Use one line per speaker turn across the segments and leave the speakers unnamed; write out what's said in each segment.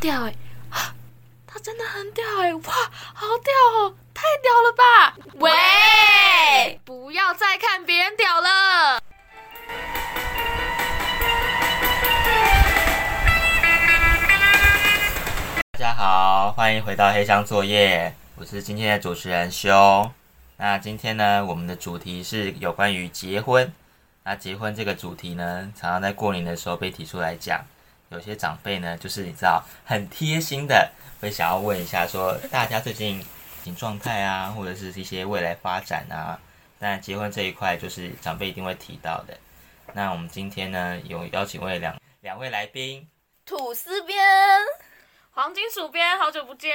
屌哎、啊他真的很屌哎、哇，好屌哦，太屌了吧！喂，不要再看别人屌了。
大家好，欢迎回到黑箱作业，我是今天的主持人修。那今天呢，我们的主题是有关于结婚。那结婚这个主题呢，常常在过年的时候被提出来讲。有些长辈呢，就是你知道，很贴心的会想要问一下说，大家最近感情状态啊，或者是一些未来发展啊。那结婚这一块，就是长辈一定会提到的。那我们今天呢，有邀请位两两位来宾，
吐司边，
黄金鼠编，好久不见。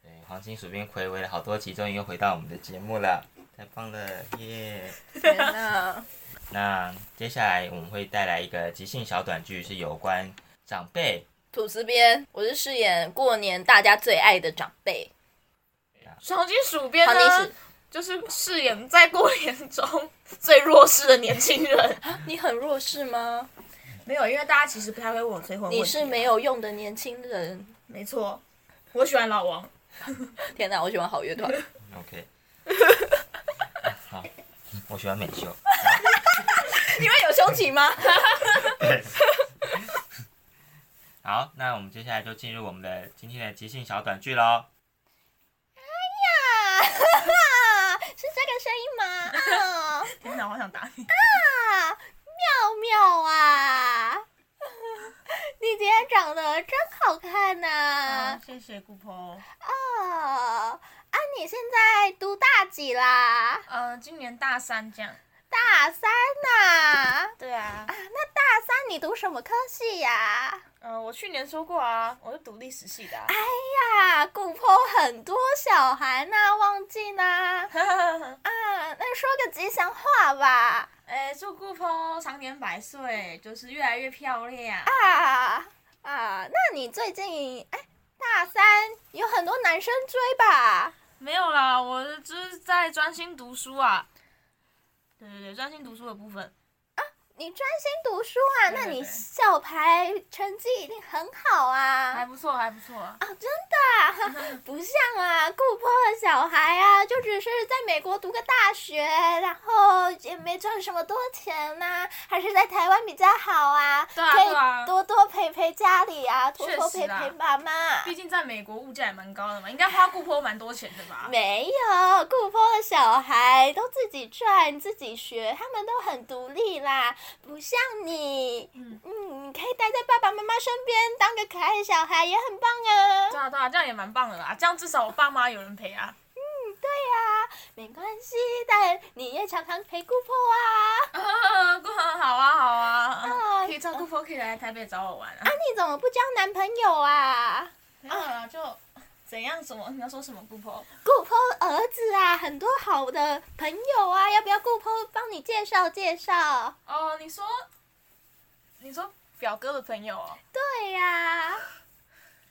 对，黄金薯片暌违了好多集，终于又回到我们的节目了，太棒了，耶、
天哪！
那接下来我们会带来一个即兴小短剧，是有关长辈。
吐司边，我是饰演过年大家最爱的长辈
黄金鼠编
黄金
呢
鼠，，
就是饰演在过年中最弱势的年轻人。
你很弱势吗？
没有，因为大家其实不太会问我催婚问题。
你是没有用的年轻人。
没错，我喜欢老王。
天哪，我喜欢好乐 团。
OK，好，啊我喜欢美秀。
你们有胸肌 吗？
好，那我们接下来就进入我们的今天的即兴小短剧喽。
是这个声音吗？啊，
天哪，好想打 你！
妙妙啊！ 你今天长得真好看呐、
啊，谢谢姑婆。
哦，啊，你现在读大几啦？
呃，今年大三这样。
大三呐、
对 啊，
大三你读什么科系呀、
呃，我去年说过啊，我是读历史系的、啊。
啊，古坡很多小孩呐，忘记呐啊，那说个吉祥话吧
哎、祝姑婆长年百岁，就是越来越漂亮。
啊啊，那你最近哎大三有很多男生追吧？
没有啦，我就是在专心读书啊。对对对，专心读书的部分。
你专心读书啊，
对
那
对
你
对
校牌成绩一定很好
还
啊！
不错，还不错啊。
啊，真的啊，不像啊，顾坡的小孩啊，就只是在美国读个大学，然后也没赚什么多钱呐、还是在台湾比较好啊。
对啊，
可
对啊
以。多多陪陪家里啊，多
确
多
实
陪
啦
陪妈妈。
毕竟在美国物价也蛮高的嘛，应该花顾坡蛮多钱的吧？
没有，顾坡的小孩都自己赚、自己学，他们都很独立啦，不像你，
嗯
嗯，你可以待在爸爸妈妈身边，当个可爱的小孩也很棒啊。
对啊对啊，这样也蛮棒的啦，这样至少我爸妈有人陪啊。
啊没关系，但你也常常陪顾坡啊。
过很好啊，好啊，
啊
可以照顾 p o k y 来台北找我玩啊
啊，。你怎么不交男朋友啊？
没有啦，就怎样什么？你要说什么 g o
顾坡儿子啊，很多好的朋友啊，要不要顾坡帮你介绍介绍？
哦，你说，你说表哥的朋友哦，
对呀、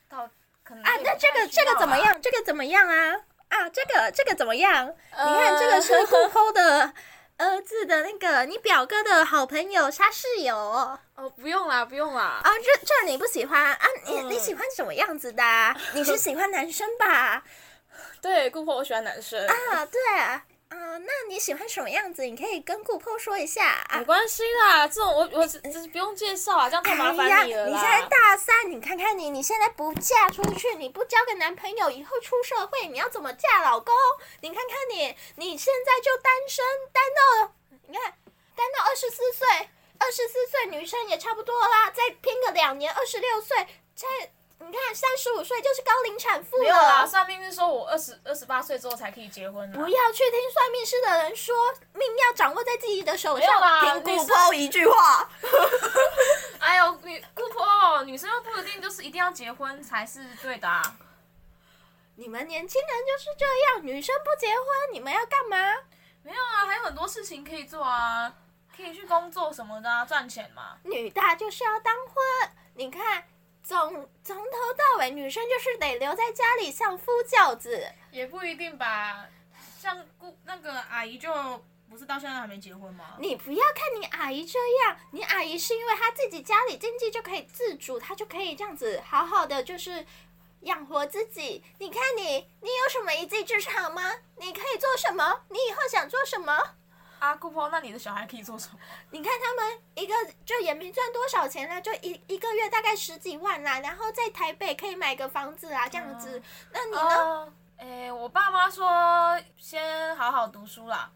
到可能
啊，那这个这个怎么？样？这个怎么样啊？啊，这个这个怎么样？
呃
你看，这个是顾抠的儿子的那个你表哥的好朋友，他室友哦。
呃
哦，不用啦，不用啦。
啊，这这你不喜欢啊？你你
嗯
喜欢什么样子的啊、你是喜欢男生吧？
对，姑婆我喜欢男生，
啊，对啊，啊那你喜欢什么样子？你可以跟顾抠说一下啊
没。关系啦，这种我我只只是不用介绍啊，这样太麻
哎呀，
烦
你
你了
现
啦。
在大三，你看看你，你现在不嫁出去，你不交个男朋友，以后出社会你要怎么嫁老公？你看看你，你现在就单身，单到你看，单到二十四岁，二十四岁女生也差不多啦，再拼个两年，二十六岁，再你看三十五岁就是高龄产妇
没有啦，
了。
算命是说我二十二十八岁之后才可以结婚啦。啊
不要去听算命师的人说，命要掌握在自己的手
没有啦
上。
女
听
生
顾啊抛一句话，
哎呦，女姑婆，女生又不一定就是一定要结婚才是对的、啊。
你们年轻人就是这样，女生不结婚，你们要干嘛？
没有啊，还有很多事情可以做啊，可以去工作什么的啊，赚钱嘛。
女大就是要当婚，你看从从头到尾，女生就是得留在家里相夫教子。
也不一定吧，像姑那个阿姨就
不是到现在还没结婚吗？
你不要看你阿姨这样，你阿姨是因为她自己家里经济就可以自主，她就可以这样子好好的就是养活自己。你看你，你有什么一技之长吗？你可以做什么？你以后想做什么？
啊，顾婆，那你的小孩可以做什么？
你看他们一个就也没赚多少钱啦，就一一个月大概十几万啦，然后在台北可以买个房子啊啦，这样子。那你呢？
哦，哎，我爸妈说先好好读书啦。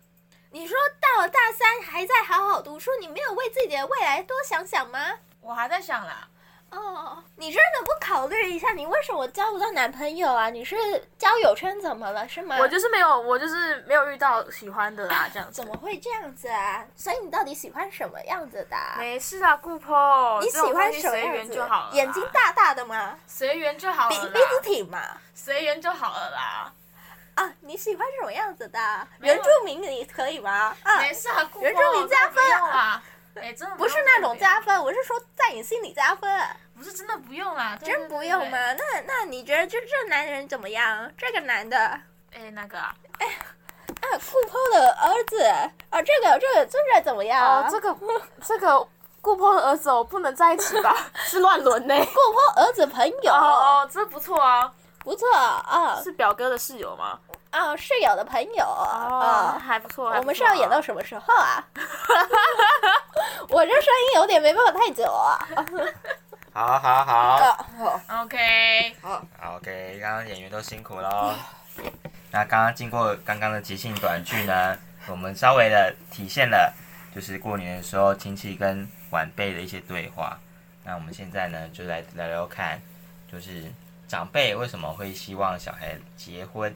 你说到了大三还在好好读书，你没有为自己的未来多想想吗？
我还在想啦，
哦，你真的不考虑一下，你为什么交不到男朋友啊？你是交友圈怎么了是吗？
我就是没有，我就是没有遇到喜欢的啦，这样子
怎。么会这样子啊？所以你到底喜欢什么样子的啊、
没事啊，顾婆，
你喜
这种
欢
东西
什么
随
样
缘
子
就
的？
好了啦，
眼睛大大的吗？
随缘就好
鼻
了
鼻
啦，
子挺吗？
随缘就好了啦。
啊，你喜欢什么样子的啊？
没有
原住民你可以吗？啊，
没事啊，顾婆，
原住民加分
啊！哎，真的
不是
用
那
特
种
别
加分，我是说在你心里加分，
不是真的不用啦，对
真不用？吗？那那你觉得就这男人怎么样？这个男的。
对对对哎，那个啊，
啊，富婆的儿子啊，这个这个哦这个怎么样？
个哦这个顾婆的儿子，哦我不能在一起吧？ 是乱伦呢。
富婆儿子朋友
哦哦，这不错啊，
不错啊
是表哥的室友吗？
啊，室友的朋友
哦，
啊，
还不错。还
我
不
们是
错啊
要演到什么时候啊？ 我这声音有点没办法太久啊。
好好好
啊好
OK，
好，OK，刚刚演员都辛苦喽。那刚刚经过刚刚的即兴短剧呢，我们稍微的体现了就是过年的时候亲戚跟晚辈的一些对话。那我们现在呢，就来聊聊看，就是长辈为什么会希望小孩结婚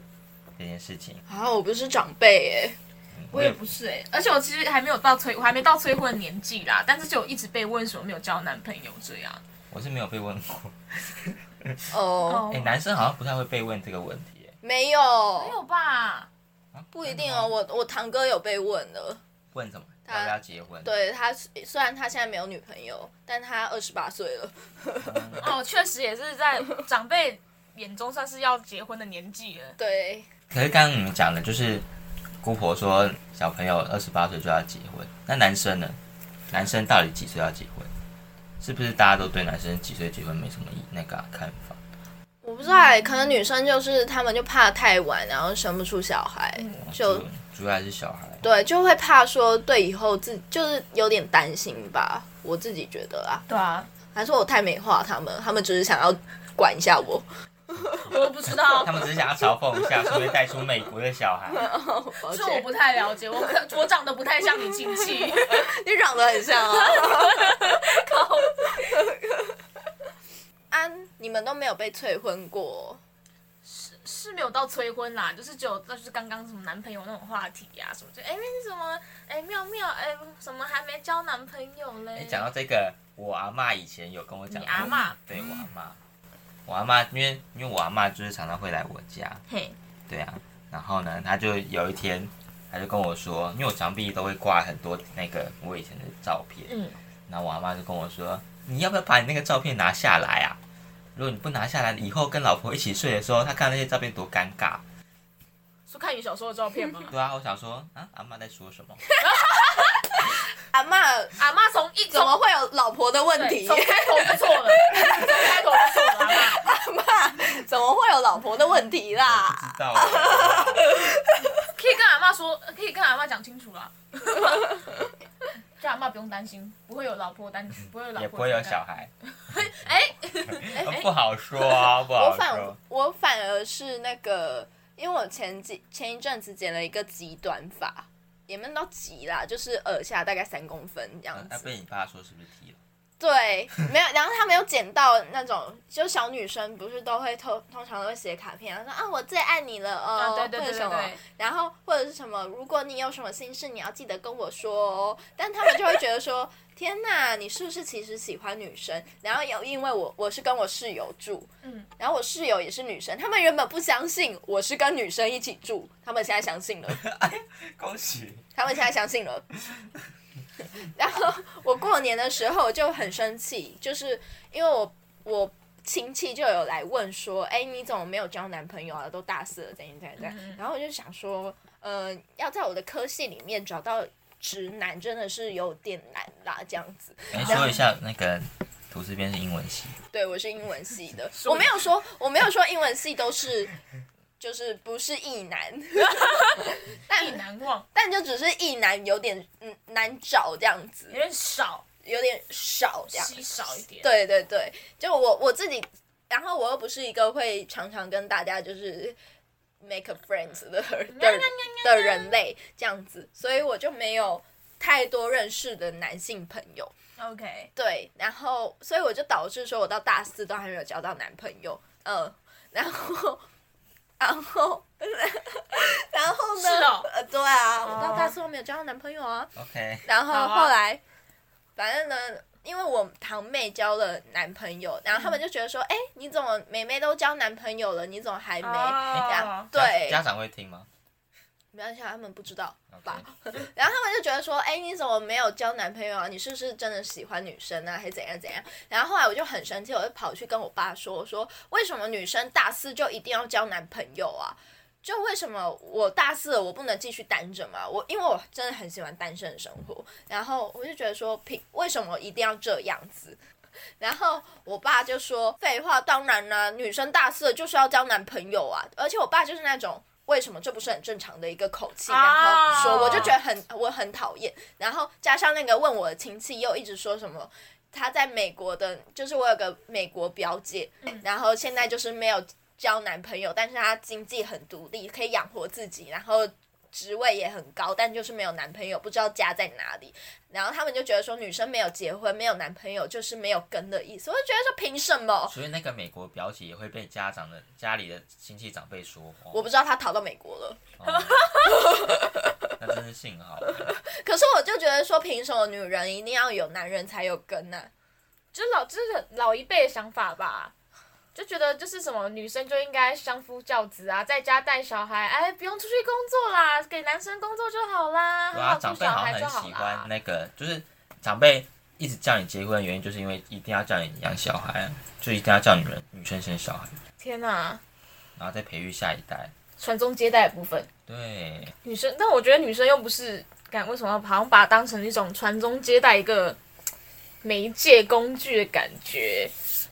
这件事情。
啊，我不是长辈哎、
我也不是哎、而且我其实还没有到催，我还没到催婚的年纪啦，但是就一直被问说没有交男朋友这样。
我是没有被问过。
哦，
哦
哎、，男生好像不太会被问这个问题耶。
没
没
有，
有吧？
不一定哦。我我堂哥有被问的，
问什么？
他
要不要结婚？，
对他虽然他现在没有女朋友，但他二十八岁了。
哦，确实也是在长辈眼中算是要结婚的年纪了。
对，
可是刚刚你们讲的就是姑婆说小朋友二十八岁就要结婚，那男生呢？男生到底几岁要结婚？是不是大家都对男生几岁结婚没什么意那个啊、看法？
我不知道欸，可能女生就是他们就怕太晚，然后生不出小孩，就
主主要还是小孩。
对，就会怕说对以后自就是有点担心吧。我自己觉得啊，
对啊，
还是我太美化他们，他们只是想要管一下我。
我不知道
他，们只是想要嘲讽一下，顺便带出美国的小孩。
抱
这我
歉
不太了解，我可我长得不太像你亲 戚。
你长得很像 啊。 啊，你们都没有被催婚过，
是没有到催婚啦，就是只有那就是刚刚什么男朋友那种话题呀、什么就哎那什么哎妙妙哎什么还没交男朋友
哎、
嘞？
讲到这个，我阿妈以前有跟我讲
你
过，
阿嬷
对我阿妈，我阿妈因为因为我阿妈就是常常会来我家，
嘿，
对啊，然后呢，他就有一天，他就跟我说，因为我墙壁都会挂很多那个我以前的照片，
嗯，
然后我阿妈就跟我说，你要不要把你那个照片拿下来啊？如果你不拿下来，以后跟老婆一起睡的时候，她看那些照片多尴尬。
说看你小时候的照片吗？
对啊，我想说啊，阿妈在说什么？
阿嬷
阿妈从一
怎
从
么会有老婆的问
对
题
从？开头不错了，从开头不错了，阿嬷
阿嬷怎么会有老婆的问题啦？
不知道啊。
可以跟阿妈说，呃可以跟阿妈讲清楚 啦，叫阿妈不用担心，不会有老婆担，不会有老婆，
也不会有啊小。孩，
哎，
不好说啊，不
我
好
反
说。
我反而是那个，因为我前几前一阵子剪了一个极短发，也没有到极啦，就是耳下大概三公分
嗯
这样
啊那
子。
被你爸说是不是踢了？
对，没有，然后他没有捡到那种，就小女生不是都会通通常都会写卡片，然后说啊我最爱你了哦，
啊对对对
或者
对
什么
对，，
然后或者是什么，如果你有什么心事，你要记得跟我说哦。但他们就会觉得说， 天哪，你是不是其实喜欢女生？然后有因为我我是跟我室友住，
嗯，
然后我室友也是女生，他们原本不相信我是跟女生一起住，他们现在相信了。
恭喜！
他们现在相信了。 然后我过年的时候就很生气，就是因为我我亲戚就有来问说，哎、你怎么没有交男朋友啊？都大四了，怎样怎样怎样。然后我就想说，呃，要在我的科系里面找到直男，真的是有点难啦，这样子。
哎、说一下那个吐司边是英文系，
对，我是英文系的，我没有说，我没有说英文系都是，就是不是异男，
意难忘，
但就只是异男有点嗯难找这样子
有，点少，
有点少这样。
稀少一点。，
对对对，就我我自己，然后我又不是一个会常常跟大家就是 make a friends 的的的人类这样子，所以我就没有太多认识的男性朋友。
OK，
对，然后所以我就导致说我到大四都还没有交到男朋友，嗯， 然后，然后，然后呢？
是哦
呃，对啊，
哦
我到大四都没有交到男朋友啊。
OK，
然后
好啊
后来，反正呢，因为我堂妹交了男朋友，然
嗯
后他们就觉得说，哎、你怎么妹妹都交男朋友了，你怎么还没？这样
哦，
对，
家家长会听吗
没关系啊，他们不知道。
？OK，
吧 然后他们就觉得说，哎，你怎么没有交男朋友啊？你是不是真的喜欢女生啊，还是怎样怎样？然后后来我就很生气，我就跑去跟我爸说，我说为什么女生大四就一定要交男朋友啊？就为什么我大四了，我不能继续单着嘛？我因为我真的很喜欢单身的生活，然后我就觉得说，凭为什么一定要这样子？然后我爸就说：“废话，当然啦、女生大四了就是要交男朋友啊！”而且我爸就是那种为什么这不是很正常的一个口气，然后说我就觉得很我很讨厌。然后加上那个问我的亲戚又一直说什么。他在美国的，就是我有个美国表姐，然后现在就是没有交男朋友，但是她经济很独立，可以养活自己，然后职位也很高，但就是没有男朋友，不知道家在哪里。然后他们就觉得说，女生没有结婚、没有男朋友，就是没有根的意思。我就觉得说，凭什么？
所以那个美国表姐也会被家长的家里的亲戚长辈说谎，
我不知道她逃到美国了，
哦那真是幸 好。
可是我就觉得说，凭什么女人一定要有男人才有啊根呢、
就是老就是老一辈的想法吧，就觉得就是什么女生就应该相夫教子啊，在家带小孩，哎，不用出去工作啦，给男生工作就好啦，
对
好
啊，
好
长
顾
辈
小
好像
孩就
很
好
喜欢
啦。
那个，就是长辈一直叫你结婚的原因，就是因为一定要叫你养小孩啊，就一定要叫女人女生生小孩，
天哪、
然后再培育下一代。
传宗接代的部分，
对，
女生，但我觉得女生又不是，感为什么好像把它当成一种传宗接代一个媒介工具的感觉？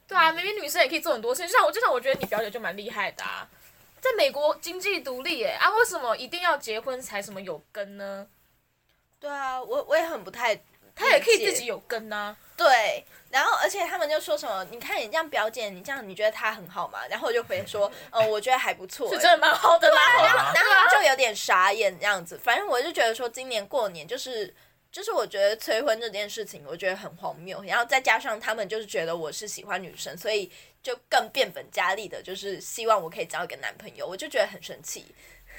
对啊，明明女生也可以做很多事情，就像我，就像我觉得你表姐就蛮厉害的啊，在美国经济独立耶、啊，为什么一定要结婚才什么有根呢？
对啊，我我也很不太，
她也可以自己有根啊呐、
对，然后而且他们就说什么，你看你这样表姐，你这样你觉得她很好吗？然后我就回说，嗯，我觉得还不错、
是
欸
真的蛮好的啦。
好啊
然后他就有点傻眼这样子。反正我就觉得说，今年过年就是就是我觉得催婚这件事情，我觉得很荒谬。然后再加上他们就是觉得我是喜欢女生，所以就更变本加厉的，就是希望我可以交一个男朋友，我就觉得很生气。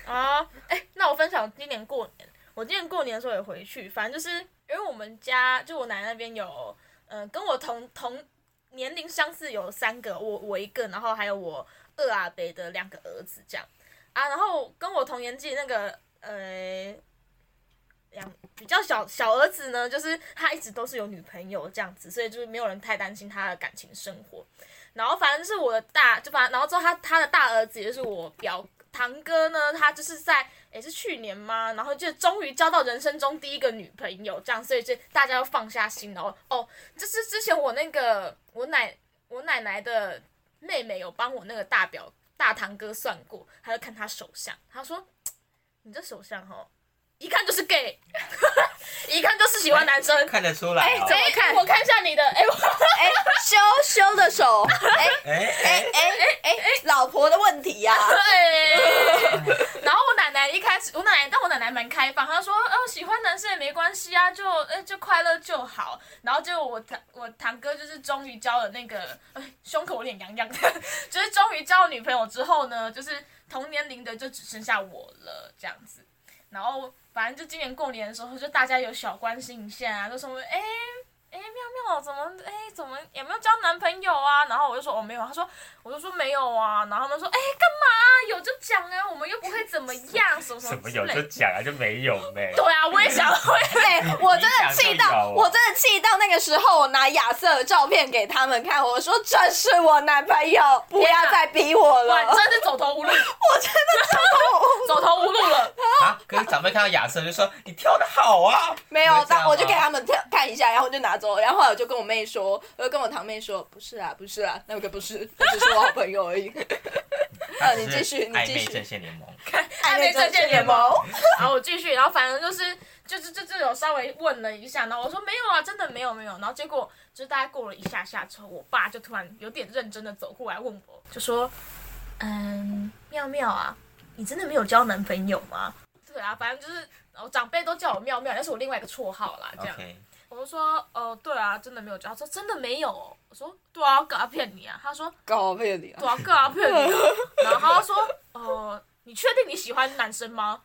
啊，哎、那我分享今年过年，我今年过年的时候也回去，反正就是因为我们家就我奶奶那边有，嗯、跟我同同年龄相似有三个，我我一个，然后还有我二阿伯的两个儿子这样啊，然后跟我同年纪那个呃。两比较小小儿子呢，就是他一直都是有女朋友这样子，所以就是没有人太担心他的感情生活。然后反正是我的大，就反然后之后他他的大儿子，也就是我表堂哥呢，他就是在也是去年嘛，然后就终于交到人生中第一个女朋友，这样，所以就大家都放下心了。哦哦，就是之前我那个我奶我奶奶的妹妹有帮我那个大表大堂哥算过，他就看他手相，他说嘖你这手相哦，一看就是 gay，一看就是喜欢男生。
看得出来、哦。
哎我看一下你的，哎、我
哎，羞羞的手，哎
哎
哎
哎，
哎哎，老婆的问题呀、
对。 然后我奶奶一开始，我奶奶，但我奶奶蛮开放，她说，哦，喜欢男生也没关系啊，就，哎、就快乐就好。然后结果我堂我堂哥就是终于交了那个，哎，胸口有点痒痒的， 就是终于交了女朋友之后呢，就是同年龄的就只剩下我了，这样子。然后反正就今年过年的时候，就大家有小关心一下啊，就什么，哎、哎、哎、妙妙怎么哎、怎么有没有交男朋友啊？然后我就说我、哦、没有啊，他说我就说没有啊，然后他们说哎、干嘛、有就讲啊，我们又不会怎么样，什么什
什
么
么
之
有
类
就
的。
讲啊，就没有呗。
对啊，我也想会。
对，哎我真的
你讲就
气
有
到，
哦
我真的气到那个时候，我拿亚瑟的照片给他们看，我说这是我男朋友，不
天哪
要再逼我
哇，
了
你。真的是走投无 路，
我真的超
走投无路了。
啊，可是长辈看到亚瑟就说：“你跳的好啊！”
没
你
有
会，这样
但我就
吗
给他们跳看一下，然后我就拿走了。然后后来我就跟我妹说，我就跟我堂妹说，不是啊，不是啊，那个不是， 那只是我好朋 友而已。
他
呃你
只
继
是
续你
暧
继
昧
续
阵线联盟，
暧昧阵线联盟。然后我继续，然后反正就是就是就就有稍微问了一下，然后我说没有啊，真的没有没有。然后结果就是大概过了一下下之后，我爸就突然有点认真的走过来问我，就说，嗯，妙妙啊，你真的没有交男朋友吗？对啊，反正就是。哦，长辈都叫我妙妙，那是我另外一个绰号啦。这样
OK，
我就说，哦、对啊，真的没有交。他说真的没有哦、我说对啊，干嘛骗你啊？他说
搞骗你啊！
对啊，干嘛骗你啊？然后他说，哦、你确定你喜欢男生吗？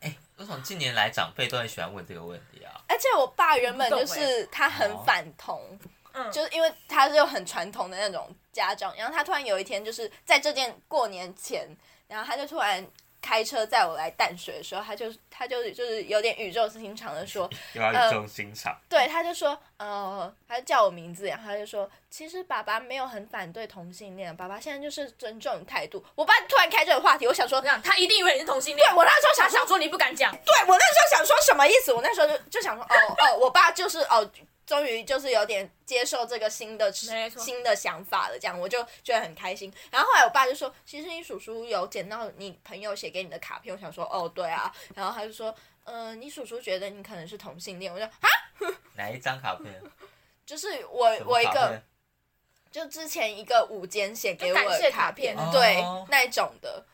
为什么近年来长辈都很喜欢问这个问题啊？
而且我爸原本就
我不懂
是他很反同，
嗯
就是因为他是有很传统的那种家长，然后他突然有一天就是在这件过年前，然后他就突然开车载我来淡水的时候，他就他就就是有点语重心长的说，
又要
呃
语重心长，
对，他就说，呃，他就叫我名字，然后他就说，其实爸爸没有很反对同性恋，爸爸现在就是尊重你态度。我爸突然开这个话题，我想说，
我想他一定以为你是同性恋
对。我那时候
他
想
想
想，
说你不敢讲，
对我那时候想说什么意思？我那时候就就想说，哦哦，我爸就是哦，终于就是有点接受这个新的
没错
新的想法了，这样我就觉得很开心。然后后来我爸就说，其实你叔叔有捡到你朋友写给你的卡片，我想说，哦，对啊。然后他就说，呃，你叔叔觉得你可能是同性恋，我就啊，
呃哪一张卡片？
就是我
什么
我一
卡
个
片。
就之前一个午间写给我
就感谢
的
卡
卡
片
片，
哦
对、那一种的，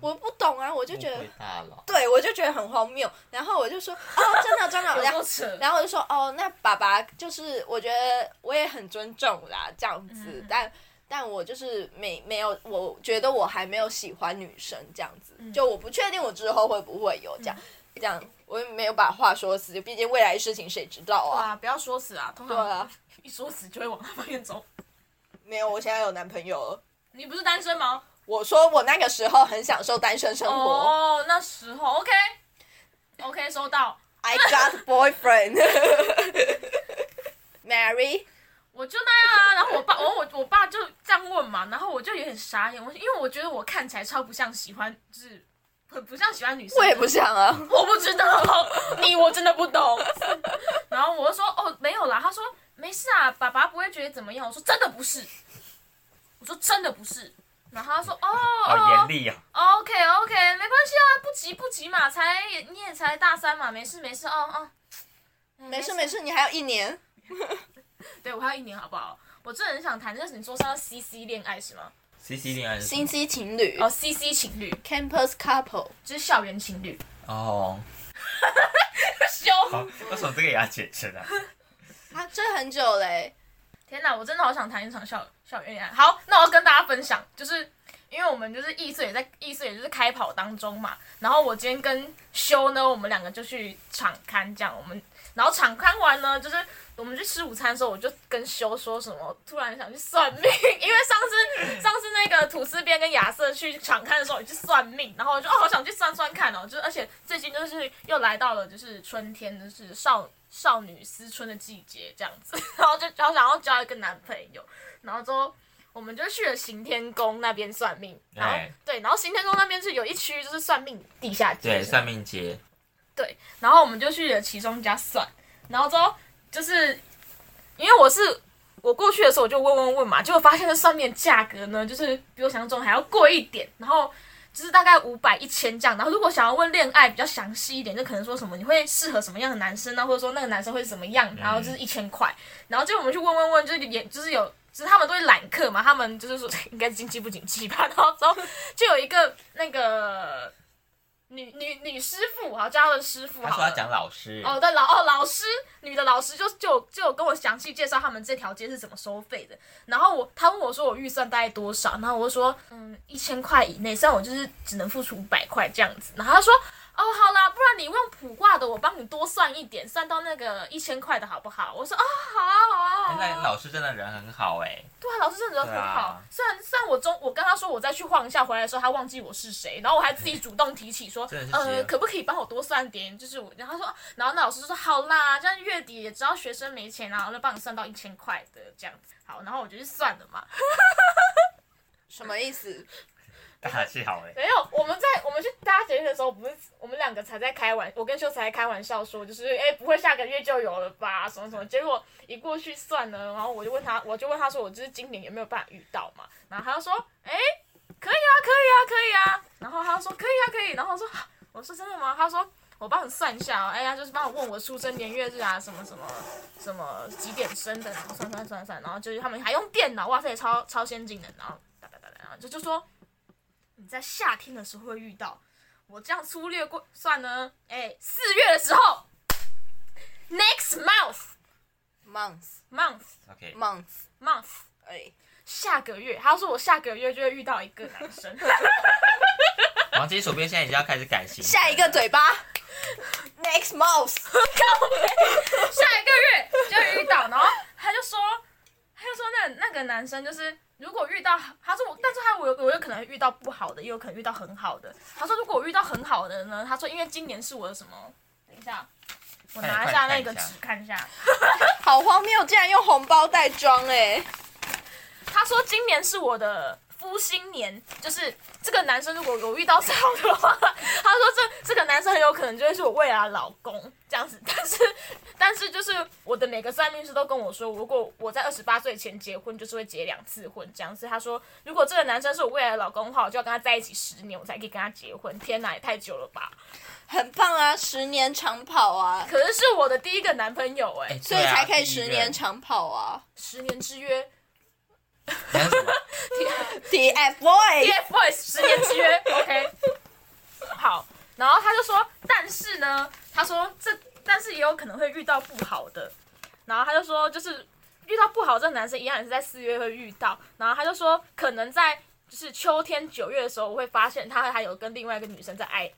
我不懂啊，我就觉
误
得
会，大佬，
对我就觉得很荒谬。然后我就说， 哦，真的真的，
有
然
多
后
扯？
然后我就说，哦，那爸爸就是我觉得我也很尊重啦，这样子，
嗯
但但我就是没没有，我觉得我还没有喜欢女生这样子，
嗯
就我不确定我之后会不会有这样、这样，我也没有把话说死，毕竟未来的事情谁知道啊？
哇，不要说死啊！通
对
常
啊，
一说死就会往那方面走。
没有，我现在有男朋友了。
你不是单身吗？
我说我那个时候很享受单身生活、
哦，那时候 OK OK 收到。
i got boyfriend 。Mary，
我就那样啊，然后我 爸，我我我爸就这样问嘛，然后我就有点傻眼，我因为我觉得我看起来超不像喜欢，就是很不像喜欢女生。
我也不想啊，
我不知道，你我真的不懂。然后我就说哦没有啦，他说没事啊，爸爸不会觉得怎么样。我说真的不是，我说真的不是。然后他说哦
好
哦
严厉哦。
，OK OK，没关系啊，不急不急嘛，才你也才大三嘛，没事没事哦哦，哎
没嗯事没事，你还有一年。
对我还有一年好不好？我真的很想谈，但是你说是要 CC 恋爱是吗？
C C 恋爱是什
心
么
机情侣、
哦，CC 情侣
c a m p u s couple，
就是校园情侣，
哦，
羞！
好，哦为什么这个也要解释呢？
啊，这很久嘞、
天哪，我真的好想谈一场校校园恋爱。好，那我要跟大家分享，就是因为我们就是易碎也在易碎，也就是开跑当中嘛。然后我今天跟修呢，我们两个就去场刊这样，我们然后场刊完呢，就是我们去吃午餐的时候，我就跟修说什么，突然嗯想去算命，因为上次上次那个吐司边跟亚瑟去场刊的时候，也去算命，然后我就哦好想去算算看哦，就是而且最近就是又来到了就是春天，就是少少女思春的季节这样子，然后就好想要交一个男朋友，然后之后。我们就去了行天宫那边算命，然后
哎
对，然后行天宫那边是有一区就是算命地下街，
对，
是吗
算命节，
对，然后我们就去了其中一家算，然后之后就是因为我是我过去的时候我就问问问嘛，结果发现这算命的价格呢，就是比我想象中还要贵一点，然后就是大概五百一千这样，然后如果想要问恋爱比较详细一点，就可能说什么你会适合什么样的男生啊，或者说那个男生会是什么样，然后就是
嗯
一千块，然后结果我们去问问问，就是也就是有。就是他们都会揽客嘛，他们就是说 应该经济不景气吧，然后之后就有一个那个女女女师傅，好叫她的师傅
他
好了，
说要讲老师，
哦，对，老哦，老师，女的老师就就就有跟我详细介绍他们这条街是怎么收费的。然后我他问我说我预算大概多少，然后我就说嗯一千块以内，虽然我就是只能付出五百块这样子。然后他说哦哦，好啦，不然你用卜卦的，我帮你多算一点，算到那个一千块的好不好？我说啊、好啊，好啊，好
哎
啊。
那老师真的人很好哎、
对啊，老师真的人很
对
好。
啊
虽然虽然我中我跟他说我再去晃一下，回来的时候他忘记我是谁，然后我还自己主动提起说
真的是，这样
呃，可不可以帮我多算点？就是我，然后他说，啊然后那老师就说好啦，这样月底也知道学生没钱啊，然后就帮你算到一千块的这样子。好，然后我就去算了嘛。
什么意思？
大笑哎、
没有，我们在我们去搭捷运的时候，不是我们两个才在开玩，我跟秀才在开玩笑说，就是哎、不会下个月就有了吧，什么什么。结果一过去算了，然后我就问他，我就问他说，我就是今年有没有办法遇到嘛？然后他就说，哎、可以啊，可以啊，可以啊。然后他就说，可以啊，可以。然后我说，啊我说真的吗？他说。我帮你算一下哦，哎呀，就是帮我问我出生年月日啊，什么什么什么几点生的，然后算算算算，然后就是他们还用电脑，哇塞，超超先进的，然后哒哒哒哒，然后就就说你在夏天的时候会遇到。我这样粗略过算呢，哎，四月的时候，next month
month
month
OK，
month，
month，
哎，
下个月，他说我下个月就会遇到一个男 生，
王金手边现在已经要开始改型，
下一个嘴巴，next month，
下一个月就会遇到，然后他就说，他就说那那个男生就是如果遇到，他说我，但是他我有我有可能遇到不好的，也有可能遇到很好的。他说如果我遇到很好的呢，他说因为今年是我的什么，等一下，我拿一下那个纸看一下。
好荒谬，竟然用红包袋装哎，
他说今年是我的夫星年，就是这个男生如果有遇到是好的话，他说这这个男生很有可能就会是我未来的老公这样子。 但是但是就是我的每个算命师都跟我说，如果我在二十八岁前结婚，就是会结两次婚这样子。他说如果这个男生是我未来的老公的话，我就要跟他在一起十年，我才可以跟他结婚。天哪，也太久了吧！
很棒啊，十年长跑啊，
可是是我的第一个男朋友哎、
哎，
所以才可
对
以
啊
十年。长跑啊
十年之约
第一任还有什么
，TFBOY，
TFBOYS 十年之约，OK。好，然后他就说，但是呢，他说这，但是也有可能会遇到不好的。然后他就说，就是遇到不好这个男生一样也是在四月会遇到。然后他就说，可能在就是秋天九月的时候，我会发现他还有跟另外一个女生在暧，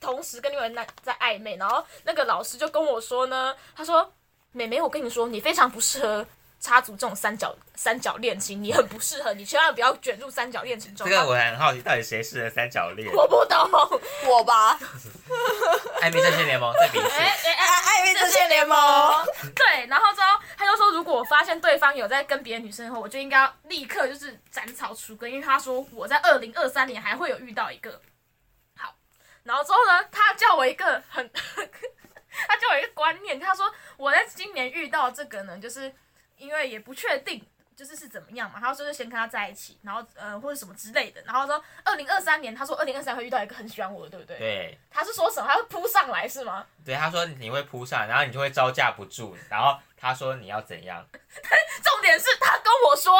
同时跟另外一个男在暧昧。然后那个老师就跟我说呢，他说，妹妹，我跟你说，你非常不适合。插足这种三角三角恋情，你很不适合，你千万不要卷入三角恋情 中。
这个我很好奇，到底谁适合三角恋？
我不懂。
我吧，
暧昧阵线联盟再比一次。
哎哎哎，
爱爱这些联盟，
对，然后之后他就说，如果我发现对方有在跟别的女生的话，我就应该要立刻就是斩草除根，因为他说我在二零二三年还会有遇到一个。好，然后之后呢，他叫我一个很，他叫我一个观念，他说我在今年遇到这个呢，就是因为也不确定。就是是怎么样嘛？他说就先跟他在一起，然后呃或者什么之类的，然后说二零二三年，他说二零二三会遇到一个很喜欢我的，对不对？
对
他是说什么？他会扑上来是吗？
对，他说你会扑上，然后你就会招架不住，然后他说你要怎样？
重点是他跟我说，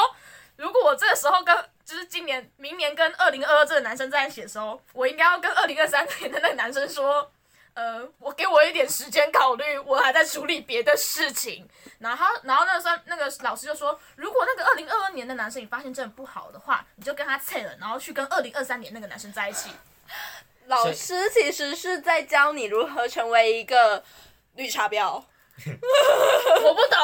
如果我这个时候跟就是今年、明年跟二零二二这个男生在一起的时候，我应该要跟二零二三年的那个男生说，呃，我给我一点时间考虑，我还在处理别的事情。然后他，然后那个算那个老师就说，如果那个二零二二年的男生你发现真的不好的话，你就跟他撤了，然后去跟二零二三年那个男生在一起。
老师其实是在教你如何成为一个绿茶婊。
我不懂。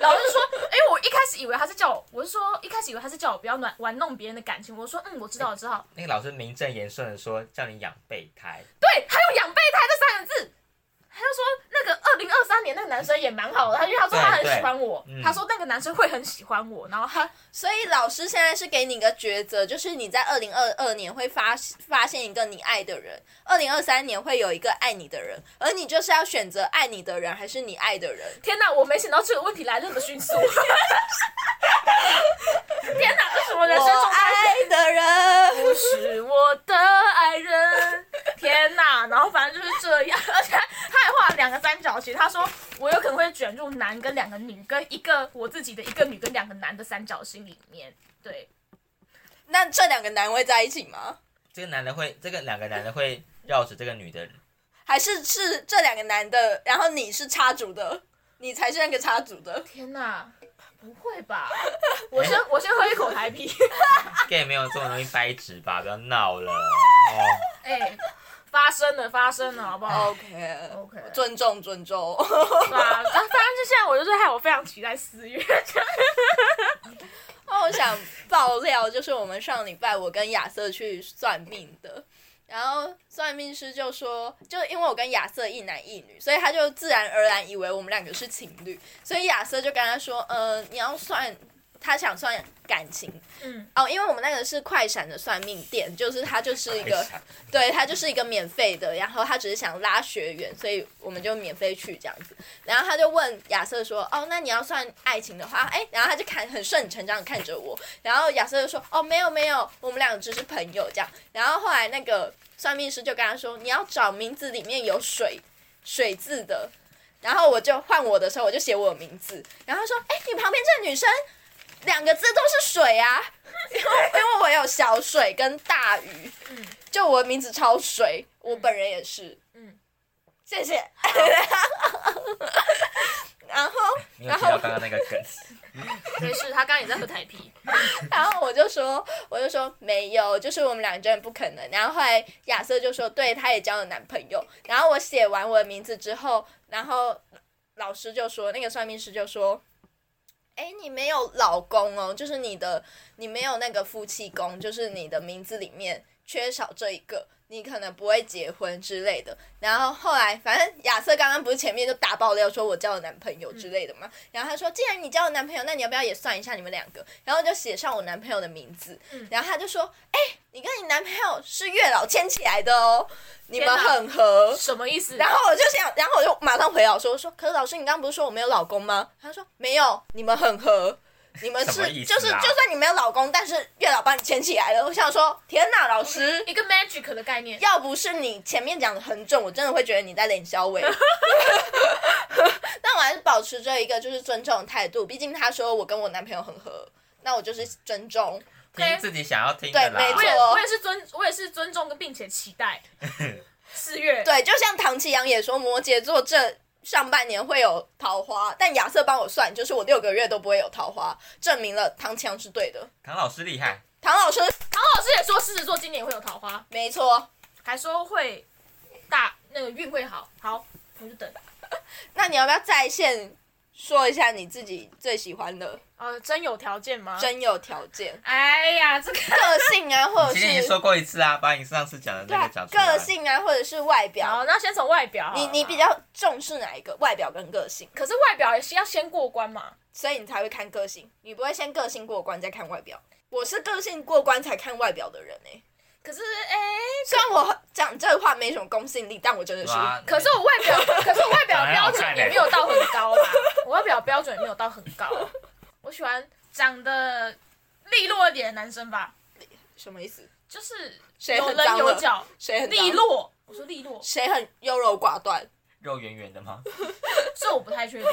老师说，哎、我一开始以为他是叫我，我是说一开始以为他是叫我不要玩玩弄别人的感情。我说，嗯，我知道，我知道。
那个老师名正言顺的说叫你养备胎，
对，还有养备胎这三个字。他就说那个二零二三年那个男生也蛮好的，他因为他说他很喜欢我
对对，嗯
他说那个男生会很喜欢我，然后他
所以老师现在是给你一个抉择，就是你在二零二二年会发发现一个你爱的人，二零二三年会有一个爱你的人，而你就是要选择爱你的人还是你爱的人。
天哪，我没想到这个问题来得这么迅速。 天哪，这什么人
我
生中
爱的人，
不是我的爱人。天哪，然后反正就是这样，而且他还画了两个三角形。他说我有可能会卷入男跟两个女跟一个我自己的一个女跟两个男的三角形里面。对，
那这两个男会在一起吗？
这个男的会，这个两个男的会绕着这个女的，
还是是这两个男的，然后你是插足的，你才是那个插足的？
天哪，不会 吧？我先我先喝一口台 啤。
这也没有这么容易掰直吧？不要闹了哦。
哎、反发生了，发生了，好不好
OK
？OK，
尊重尊重，
对啊，反反正就现在，我就是害我非常期待四月。
那我想爆料，就是我们上礼拜我跟亚瑟去算命的，然后算命师就说，就因为我跟亚瑟一男一女，所以他就自然而然以为我们两个是情侣，所以亚瑟就跟他说，呃，你要算。他想算感情
嗯，
哦，因为我们那个是快闪的算命店，就是他就是一个，对他就是一个免费的，然后他只是想拉学员，所以我们就免费去这样子。然后他就问亚瑟说：“哦，那你要算爱情的话，哎。”然后他就看很顺理成章的看着我，然后亚瑟就说：“哦，没有没有，我们两个只是朋友这样。”然后后来那个算命师就跟他说：“你要找名字里面有水水字的。”然后我就换我的时候，我就写我的名字。然后他说：“哎，你旁边这个女生两个字都是水啊，因为因为我有小水跟大鱼，
嗯
就我的名字超水，我本人也是。”
嗯
嗯，谢谢。 然后
你有听到刚刚那个 梗？
没事，他刚刚也在喝台啤。
然后我就说，我就说没有，就是我们两个真的不可能。然后后来亚瑟就说，对，她也交了男朋友。然后我写完我的名字之后，然后老师就说，那个算命师就说，哎，你没有老公哦，就是你的，你没有那个夫妻宫，就是你的名字里面缺少这一个。你可能不会结婚之类的，然后后来反正亚瑟刚刚不是前面就大爆料说我交了男朋友之类的嘛，
嗯
然后他说：“既然你交了男朋友，那你要不要也算一下你们两个？”然后我就写上我男朋友的名字，
嗯
然后他就说：“哎、你跟你男朋友是月老牵起来的哦，你们
天哪
很合。”
什么意思？
然后我就想，然后我就马上回老师我说：“可是老师，你刚刚不是说我没有老公吗？”他说：“没有，你们很合，你们是、
什么意思
就
啊
是就算你没有老公，但是月老把你牵起来了。”我想说：“天哪，老师！”
一个 magic 的概念，
要不是你前面讲的很准，我真的会觉得你在脸消委。 但我还是保持着一个就是尊重的态度，毕竟他说我跟我男朋友很合，那我就是尊重。
听自己想要听
对
的啦。
没
我也
错
我也是尊，我也是尊重跟并且期 待四月。
对，就像唐奇阳也说，摩羯座这上半年会有桃花，但亚瑟帮我算，就是我六个月都不会有桃花，证明了唐奇阳是对的。
唐老师厉害，
唐老师，
唐老师也说狮子座今年会有桃花，
没错。
还说会大那个运会好。好，我就等。
那你要不要在线说一下你自己最喜欢的
呃，真有条件吗？。
真有条件、
哎呀， 这个
个性啊，或者
今天已
是
经说过一次啊，把你上次讲的
对
那
啊
个讲，出来。
个性啊，或者是外表
好，，那先从外表好了
你
啦。
你比较重视哪一个？外表跟个性，
可是外表也是要先过关嘛。
所以你才会看个性，你不会先个性过关再看外表。我是个性过关才看外表的人哎、
可是哎、
虽然我讲这话没什么公信力，但我真的是
对啊
可是我外表，可是我外表标准也没有到很高啦。我外表标准也没有到很高，啊我喜欢长得利落一点的男生吧，
什么意思？
就是
谁
有
很
棱
脏
有
了？
角，
谁很脏
利？落。我说利落，
谁很优柔寡 断？
肉圆圆的吗？
这我不太确定，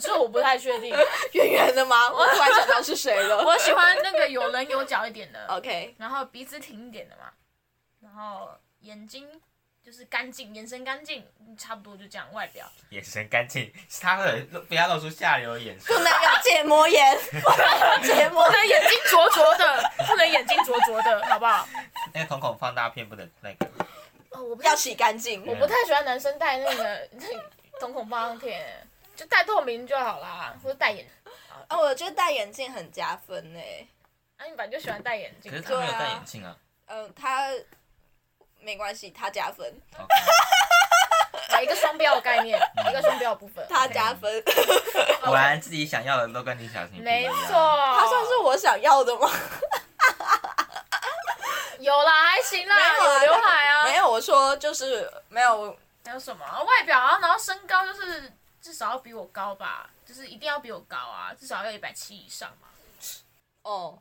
这我不太确定。
圆圆的吗？我突然想到是谁了。
我喜欢那个有棱有角一点的，
OK，
然后鼻子挺一点的嘛，然后眼睛就是干净，眼神干净，差不多就这样。外表
眼神干净，他会不要露出下流的眼神
不。 能有结膜 炎，不能有结膜
不能眼睛灼灼的，不能眼睛灼灼的，好不好？
那个瞳孔放大片不能那个，
哦，我不
要洗干净。
我不太喜欢男生戴那个 瞳孔放大片，就戴透明就好啦，或者戴眼。
啊，我觉得戴眼镜很加分哎、
啊，你本来就喜欢戴眼镜
可是
啊，
他没有戴眼镜 啊。
嗯，他没关系，他加分，
OK，
啊一个双标的概念，
嗯
一个双标的部分。
他加分。
哦
果然自己想要的都跟你想的不一样
没错，
他
他
算是我想要的吗？
有啦，还行啦，
没有啊
刘海啊，
没有，我说就是没有，
还有什么啊外表啊，然后身高就是至少要比我高吧，就是一定要比我高啊，至少要一百七以上嘛。
哦，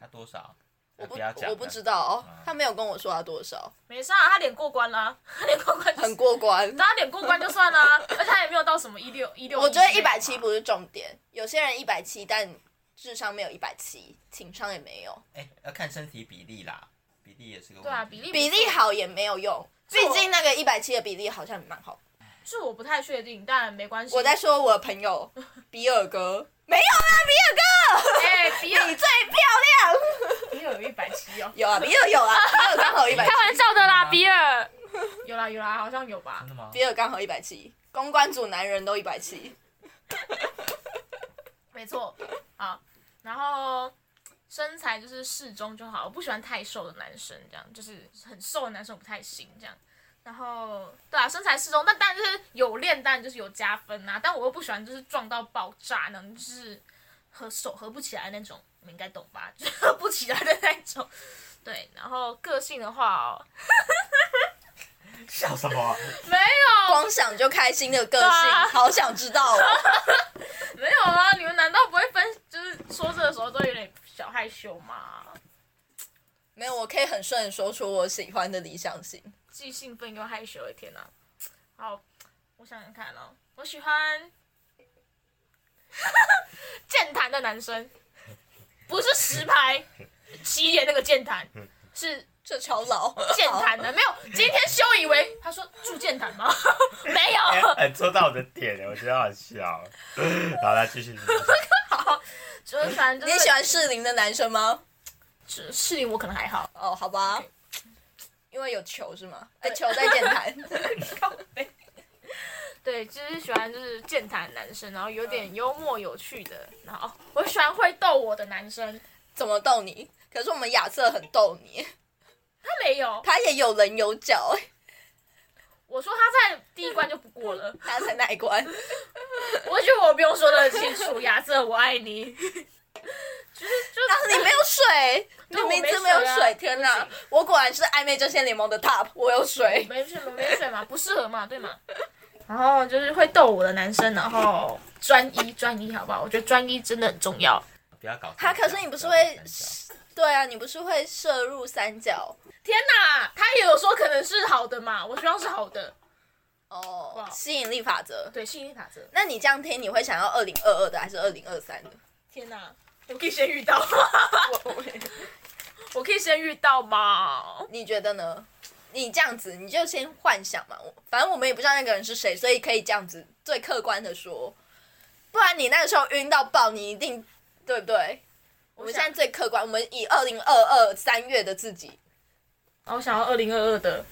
他多少？
我不
不要讲，
我不知。道哦
嗯，
他没有跟我说他多少，
没事啊，他脸过关啦，他脸过关、就是
很，过关。
他脸过关就算啦、 而且他也没有到什么一六一六。
我觉得一百七不是重点，有些人一百七，但智商没有一百七，情商也没有，
哎，要看身体比例啦，比例也是个问题。
对啊，比例
比例好也没有用。毕
是我
竟那个一百七的比例好像蛮好。
是我不太确定，但没关系。
我在说我的 朋友比尔哥，没有啦，
哎，比
比
尔
你最漂亮。
比尔有一百七哦，
有啊，比尔有啊，比尔刚好一百
开。玩笑的啦，比尔。
吗？有啦，好像有吧
真。的吗？
比尔刚好一百七，公关组男人都一百七。
没错，好，然后身材就是适中就好，我不喜欢太瘦的男生，这样就是很瘦的男生我不太行这样。然后对啊，身材适中，但当然就是有练，当然就是有加分啊。但我又不喜欢就是壮到爆炸那种，就是合手合不起来那种，你们应该懂吧？ 就是合不起来的那种。对，然后个性的话哦，
笑什 么？
没有，
光想就开心的
对
个性
啊，
好想知道哦。
没有啊，你们难道不会分？就是说这个时候都有点小害羞吗？
没有，我可以很顺地说出我喜欢的理想型。
既兴奋又害羞的天哪、好，我想想看哦，我喜欢 健谈的男生，不是石牌七爷那个健谈，是
这超老，
健谈的。没有，今天修以为他说住健谈吗？ 没
哎
有，
哎，戳到我的点了，我觉得好笑。 好，来继续。 继续
就是反正
你
就
喜
是
欢适龄的男生吗？
是是你我可能还好。
哦，好吧，因为有球是吗？哎，球在 键盘。
对，就是喜欢就是健谈的男生，然后有点幽默有趣的，然后、哦、我喜欢会逗我的男生。
怎么逗你？可是我们亚瑟很逗 你，
他没有，
他也有棱有哎角，
我说他在第一关就不过了。
他才哪 一关？啊
我觉得我不用说的很清楚， 亚瑟，我爱你。
然后你没有水，你
对我
名字没
没
有
水啊
水，天
对
哪
不！
我果然是暧昧阵线联盟的 top，我有水。
没事，没事嘛，不适合嘛，对嘛。然后就是会逗我的男生，然后专一，专一，好不好？我觉得专一真的很重要。
不要搞三角。
他可是你不是
要搞
会
三角，
对啊，你不是会射入三角
天哪，他也有说可能是好的嘛，我希望是好的。
哦
哇，
吸引力法则。
对，吸引力法则。
那你这样听，你会想要二零二二的还是二零二三的？
天哪，我可以先遇到， 我可以先遇到吗？
你觉得呢？你这样子，你就先幻想嘛。我反正我们也不知道那个人是谁，所以可以这样子最客观的说。不然你那个时候晕到爆，你一定对不对？我们现在最客观，我们以二零二二三月的自己，
啊我想要二零二二的。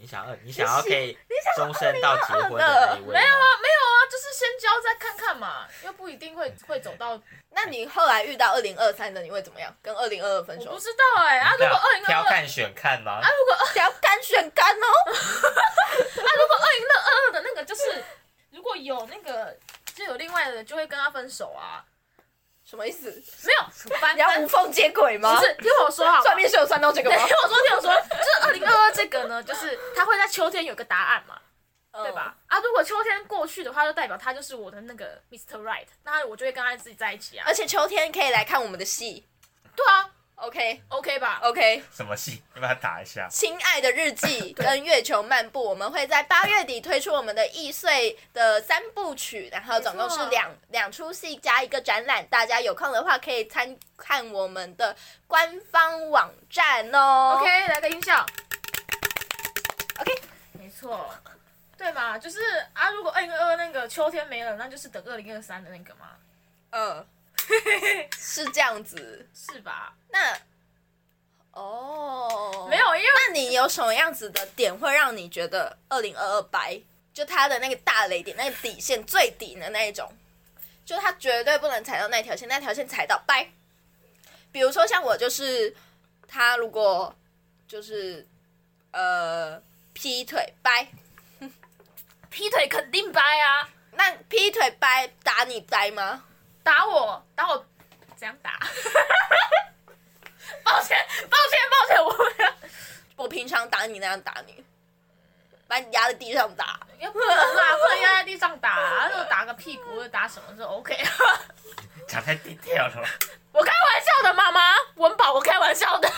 你想要，你想要可以终身到结婚的那一位吗？
没有啊，没有啊，就是先交再看看嘛，又不一定
嗯
会会走到
那你后来遇到二零二三的，你会怎么样？跟二零二二分
我
手
不？知道哎、
嗯
啊，如果二零
挑
二二，啊，
看选看吗？
如果二
不要干选干哦！
如果二零二二的那个就是，如果有那个就有另外的，就会跟他分手啊。
什么意思？
没有，反
你要无
正
缝接轨吗？
哎不是听我说好吗，
算命是有算到这个
对，
吗？
听我说，听我说，就是二零二二这个呢，就是他会在秋天有个答案嘛，对
对
吧？？啊，如果秋天过去的话，就代表他就是我的那个 Mr. Right，那我就会跟他自己在一起啊
而。且秋天可以来看我们的戏。
对啊
OK
，OK 吧？
OK，
什么戏？要不要打一下？
亲爱的日记跟月球漫步，我们会在八月底推出我们的易碎的三部曲，然后总共是两两出戏加一个展览，大家有空的话可以参看我们的官方网站哦。
OK，来个音效。OK，没错，对嘛？就是啊，如果二零二二那个秋天没了，那就是等二零二三的那个嘛，
嗯，是这样子。
是吧？
那哦，
没有，因为
那你有什么样子的点会让你觉得二零二二白？就它的那个大雷点，那个底线最底的那一种，就它绝对不能踩到那条线，那条线踩到掰。比如说像我就是，他如果就是呃劈腿掰，
劈腿肯定掰啊！
那劈腿掰打你掰吗？
打我，打我，怎样打？ 抱歉，抱歉，抱歉，我没有
我平常打你那样打你，把你压在地上打。
也不能 啦，不能压在地上打、啊，就打个屁股或者打什么就 OK 啊。
讲太 detail 了吧。
我开玩笑的，妈妈，文宝，我开玩笑的。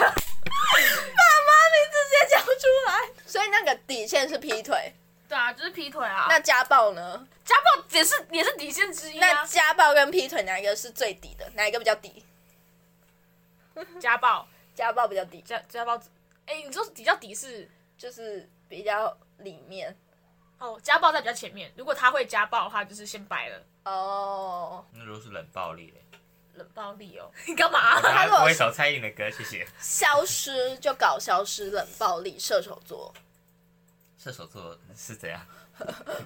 直接讲出来。所以那个底线是劈腿，
对啊，就是劈腿啊。
那家暴呢？
家暴也是也是底线之一
那
啊。
家暴跟劈腿哪一个是最底的？哪一个比较底？
家暴。
家暴比较底，
家家暴，哎、你说比较底是
就是比较里面
哦，家暴在比较前面。如果他会家暴的话，就是先掰了，
哦。
那如果是冷暴力嘞？
冷暴力哦。 你干嘛、
我
他
要
如果
播一首蔡依林的歌，谢谢。
消失就搞消失，冷暴力，射手座。
射手座是怎样？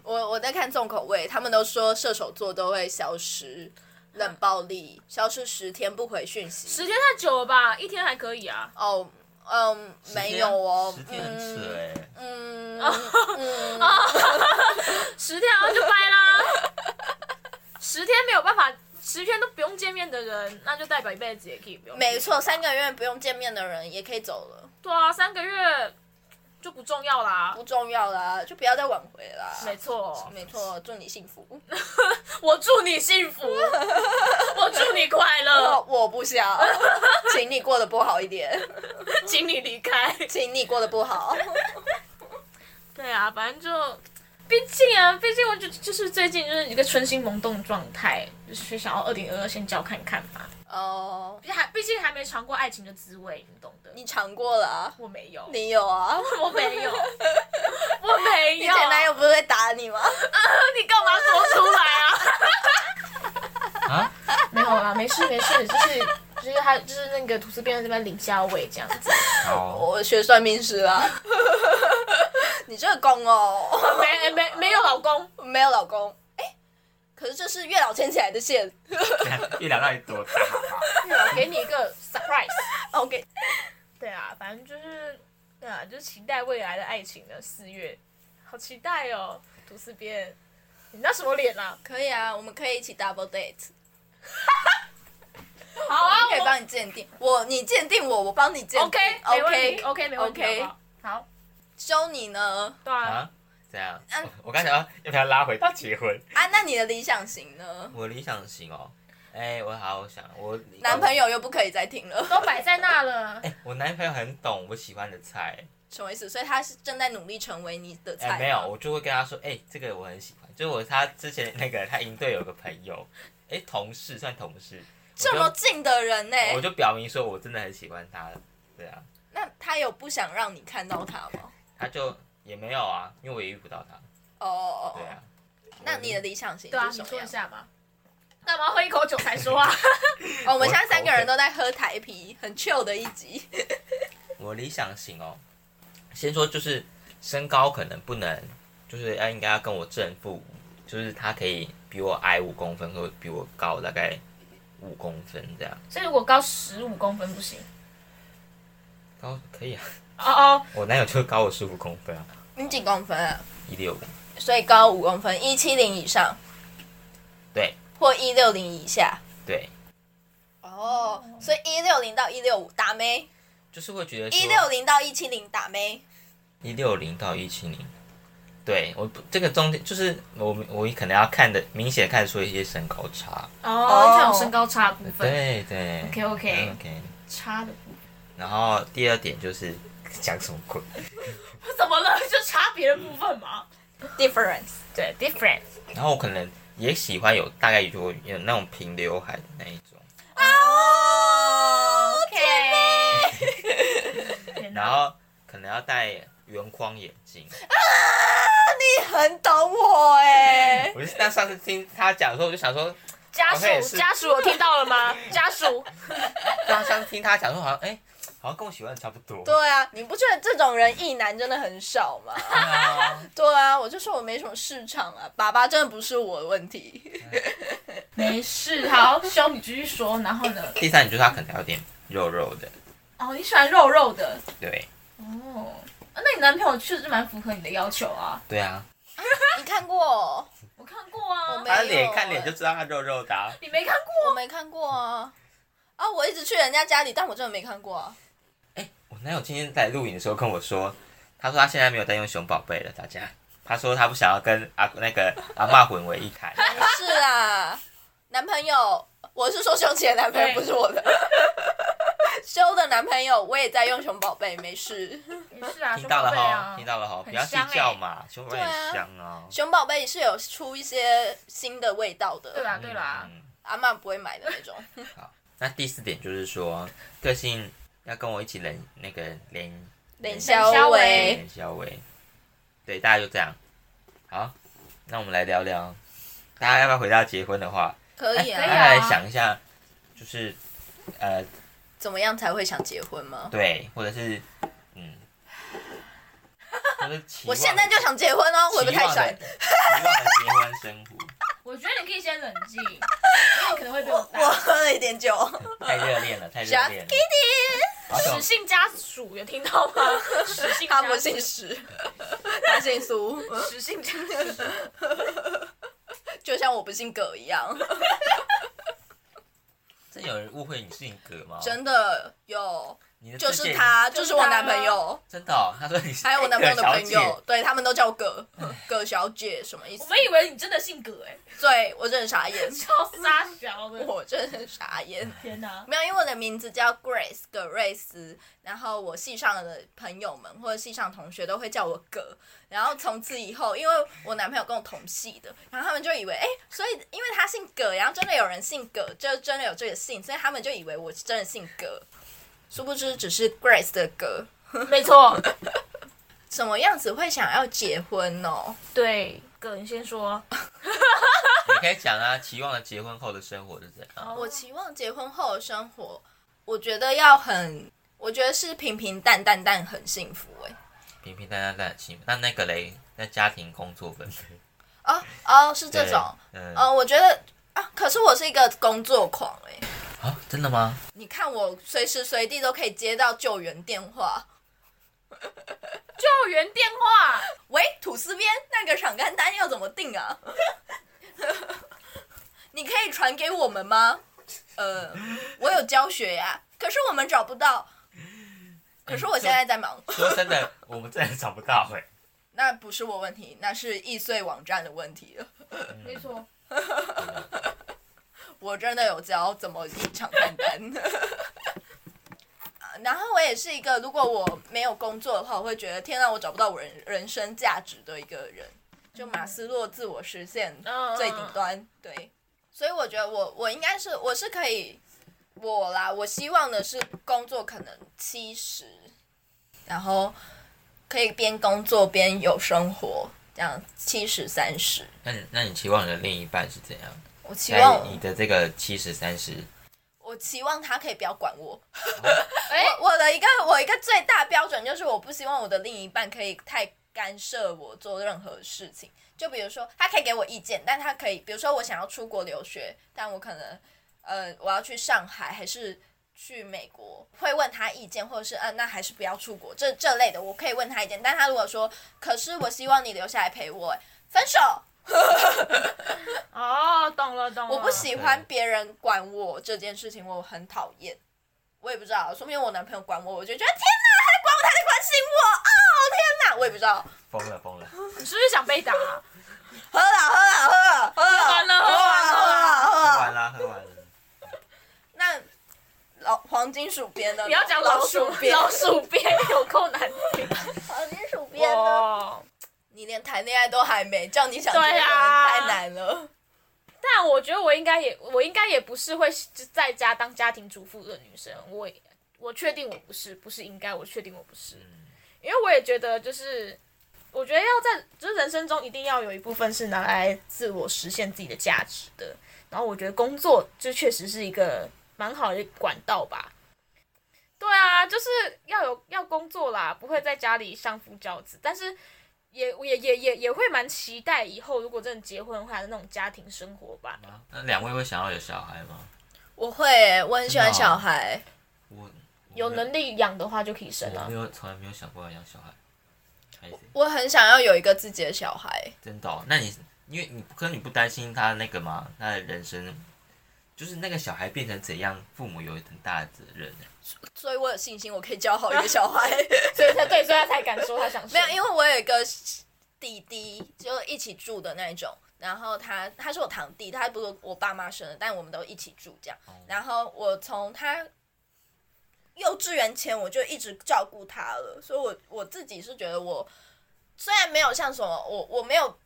我我在看重口味，他们都说射手座都会消失，冷暴力，消失十天不回讯息。
时间太久了吧，一天还可以啊。
哦，嗯，没有哦
十，天很扯哎、
嗯，
十天然啊后就掰啦。十天没有办法，十天都不用见面的人，那就代表一辈子也可以不用。
没错，三个月不用见面的人也可以走了，
对啊，三个月就不重要啦
不。重要啦，就不要再挽回啦。
没错，
没错，祝你幸福。
我祝你幸福， 我祝你快
我
乐，
哦我不想，请你过得不好一点，
请你离开。
请你过得不好。
对啊，反正就，毕竟啊，毕竟我就就是最近就是一个春心萌动的状态，就是想要二零二二先交看看嘛。
哦，
毕竟还毕竟还没尝过爱情的滋味，你懂的。
你尝过了啊？
我没有，
你有啊？
我没有，我没
你
有。
前男友不是会打你吗？
你干嘛说出来啊？
啊，
没有啦，没事没事，就是就是他就是那个吐司边那边领下尾这样子。
好，
我学算命师啊啦。 你这个公哦，
没没没有老公，
没有老公。哎，可是这是月老牵起来的线。
月亮到底多大、啊？
我给你一个 surprise。
OK，
对啊，反正就是对啊，就是期待未来的爱情的四月，好期待哦，吐司边。你那什么脸啊？
可以啊，我们可以一起 double date，
好啊
我可以帮你鉴定我，你鉴定我，我帮你鉴定。
OK 没问题
OK
OK 没问题
OK
好不好好，
修你呢？
对啊，
啊，怎样？
嗯
我我刚想要要不要拉回到结婚？
啊，那你的理想型呢？
我理想型哦，哎、我好好想我
男朋，友又不可以再听了，
都摆在那了
哎、。我男朋友很懂我喜欢的菜，
什么意思？所以他是正在努力成为你的
哎、
菜、
没有，，我就会跟他说，哎、这个我很喜欢。就是我他之前那个他营队有个朋友，哎、同事算同事，
这么近的人呢、
我就我就表明说我真的很喜欢他，对啊，
那他有不想让你看到他吗？
他就也没有啊，因为我也遇不到他，
哦哦哦
对啊
哦，。那你的理想型
对 啊，你
是什么
说一
样？
下吧。干嘛喝一口酒才说 啊？
哦，我们现在三个人都在喝台啤，很 chill 的一集。
我理想型哦，先说就是身高可能不能，就是要应该要跟我正负，就是他可以比我矮五公分，或者比我高大概五公分这样，
所以如果高十五公分不行。
高可以啊。
哦哦，
我男友就是高我十五公分啊，
你几公分啊？
一六五，
所以高五公分，一七零以上
对
或一六零以下。
对，
哦，所以一六零到一六五打妹，
就是会觉得
一六
说
零到一七零打妹。
一六零到一七零。对我不这个中间就是我我可能要看的明显看得出一些身高差，
哦，这种身高差的部分。
对对嗯
OK OK，
OK，
差的部
然后第二点就是讲什么鬼？
分。 怎么了？ 就差别的部分嘛。
Difference，
对，difference。
然后我可能也喜欢有大概有有那种平刘海的那一种，
哦
OK。
然后可能要戴圆框眼镜。
你很懂我哎、
我就是那上次听他讲的时候，我就想说，
家
我也
属，
是
家属有听到了 吗？家属，
那上次听他讲说好像哎、好像跟我喜欢的差不多。
对啊，你不觉得这种人异男真的很少 吗？
啊，
对啊，我就说我没什么市场啊，爸爸真的不是我的问题。
没事，好，兄，你继续说。然后呢？
第三点就是他可能有点肉肉的，
哦，你喜欢肉肉的。
对
哦，啊那你男朋友确实蛮符合你的要求啊。
对啊，
你看过哦？
我看过啊
我没。有
他脸看脸就知道他肉肉的啊、
你没看过？
我没看过啊。啊，我一直去人家家里，但我真的没看过啊。
我男友今天在录影的时候跟我说，他说他现在没有在用熊宝贝了，大家。他说他不想要跟阿那个阿嬷混为一谈。
不是 啊，男朋友，我是说胸前的男朋友，
对
不是我 的。修的男朋友，我也在用熊宝贝，没事。
也是啊，
听到了
熊宝贝啊
哈，听到了哈，
很
不要计
香欸
较嘛，熊宝贝
对啊
很香哦。
熊宝贝是有出一些新的味道的，
对啦，啊对啦。
嗯
阿妈不会买的那 种。
那第四点就是说，个性要跟我一起冷那个连
冷
肖
肖
维
维，
连小伟，对，大家就这样。好，那我们来聊聊，大家要不要回到结婚的话？
可以
哎大
可以
啊。
家
啊
来想一下，就是呃，
怎么样才会想结婚吗？
对，或者是嗯，就是期望
我现在就想结婚哦，我也不太
期望
甩
的。期望的结婚生活，
我觉得你可以先冷 静，因为我可能会被我
我
打。
喝了一 点酒，
太热恋了，太热恋了。好
史
想
姓家属有听 到吗？史姓家
他
属
不姓史，他姓 苏，嗯
史姓家属，
就像我不姓葛一样。
这有人误会你姓葛吗？
真的有，
你的
就
世界
是他，就是我男朋友，
真的哦、他说你是
还有我男朋友的朋
葛小
友，对他们都叫我葛葛小姐，什么意
我
思？
们以为你真的姓葛哎，
对我真的傻眼，
超傻小的，
我真的傻眼。
天哪！
没有，因为我的名字叫 Grace 葛瑞斯，然后我系上的朋友们或者系上同学都会叫我葛，然后从此以后，因为我男朋友跟我同系的，然后他们就以为，哎、所以因为他姓葛，然后真的有人姓葛，就真的有这个姓，所以他们就以为我真的姓葛，殊不知只是 Grace 的葛。
没错，
什么样子会想要结婚哦？
对，葛你先说，
姐，你可以讲啊，期望的结婚后的生活是怎样？
我期望结婚后的生活，我觉得要很，我觉得是平平淡淡但很幸福哎、
平平淡淡但很幸福。那那个嘞，那家庭工作分配
哦哦，是 这
对
种。
嗯
呃，我觉得啊，可是我是一个工作狂哎、
啊，真的吗？
你看我随时随地都可以接到救援电话，
救援电话，
喂，吐司边那个场干单要怎么定啊？ 你可以传给我们吗？呃，我有教学呀、可是我们找不到。可是我现在在忙，
说真的，我们真的找不到 哎、
那不是我问题，那是易碎网站的问题了。
嗯
没错，
啊
我真的有教怎么一场干单。 呃然后我也是一个，如果我没有工作的话，我会觉得天哪，我找不到我人人生价值的一个人。就马斯洛自我实现
嗯
最顶端，对。所以我觉得我我应该是我是可以我啦，我希望的是工作可能七十，然后可以边工作边有生活，这样七十三十。
那你那你期望你的另一半是怎样？
我期
在
望
你的这个七十三十，
我期望他可以不要管我。
哎
我我的一个我一个最大标准就是，我不希望我的另一半可以太干涉我做任何事情。就比如说，他可以给我意见，但他可以，比如说我想要出国留学，但我可能呃我要去上海还是去美国，会问他意见，或者是嗯、呃那还是不要出国这这类的，我可以问他意见。但他如果说，可是我希望你留下来陪我，分手，
哦，懂了懂了，
我不喜欢别人管我这件事情，我很讨厌。我也不知道，说不定我男朋友管我，我就觉得天哪，他在管我，他在关心我哦，天哪，我也不知道。
疯了疯了，
你是不是想 被打？
喝了，喝了，喝了，喝了，
喝完了喝完了
喝了，喝
喝
了。
完啦，喝完了。
那老黄金鼠边呢？
你要讲老鼠
边，
老鼠边有够难听。
黄金鼠边 呢？
哇！
你连谈恋爱都还没，叫你想结婚
对啊
太难了。
但我觉得我应该也，我应该也不是会在家当家庭主妇的女生。我我确定我不是，不是应该，我确定我不是，
嗯，
因为我也觉得就是，我觉得要在就是人生中一定要有一部分是拿来自我实现自己的价值的。然后我觉得工作这确实是一个蛮好的管道吧。对啊，就是要有要工作啦，不会在家里相夫教子，但是也也也也也会蛮期待以后如果真的结婚的话的那种家庭生活吧。
啊那两位会想要有小孩吗？
我会，我很喜欢
真的哦
小孩。
我我
有
没
能力养的话就可以生
我
啊
没。有从来没有想过要养小孩，孩子
我很想要有一个自己的小孩，
真的、哦？那你因为你可你不担心他那个吗？他的人生就是那个小孩变成怎样，父母有很大的责任。
所以我有信心我可以教好一个小孩。
所以他对，所以他才敢说他想生。
没有，因为我有一个弟弟，就一起住的那种。然后他他是我堂弟，他不是我爸妈生的，但我们都一起住这样。
哦
然后我从他幼稚园前我就一直照顾他了，所以我我自己是觉得我虽然没有像什么，我我没有。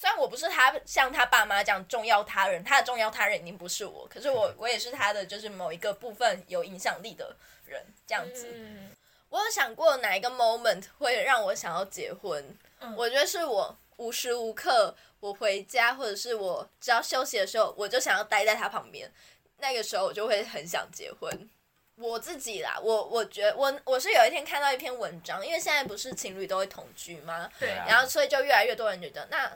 虽然我不是他像他爸妈这样重要他人，他的重要他人已经不是我，可是我我也是他的就是某一个部分有影响力的人这样子。
嗯，
我有想过哪一个 moment 会让我想要结婚？
嗯
我觉得是我无时无刻，我回家或者是我只要休息的时候，我就想要待在他旁边。那个时候我就会很想结婚。我自己啦，我我觉我我是有一天看到一篇文章，因为现在不是情侣都会同居吗？
对
啊
然后所以就越来越多人觉得那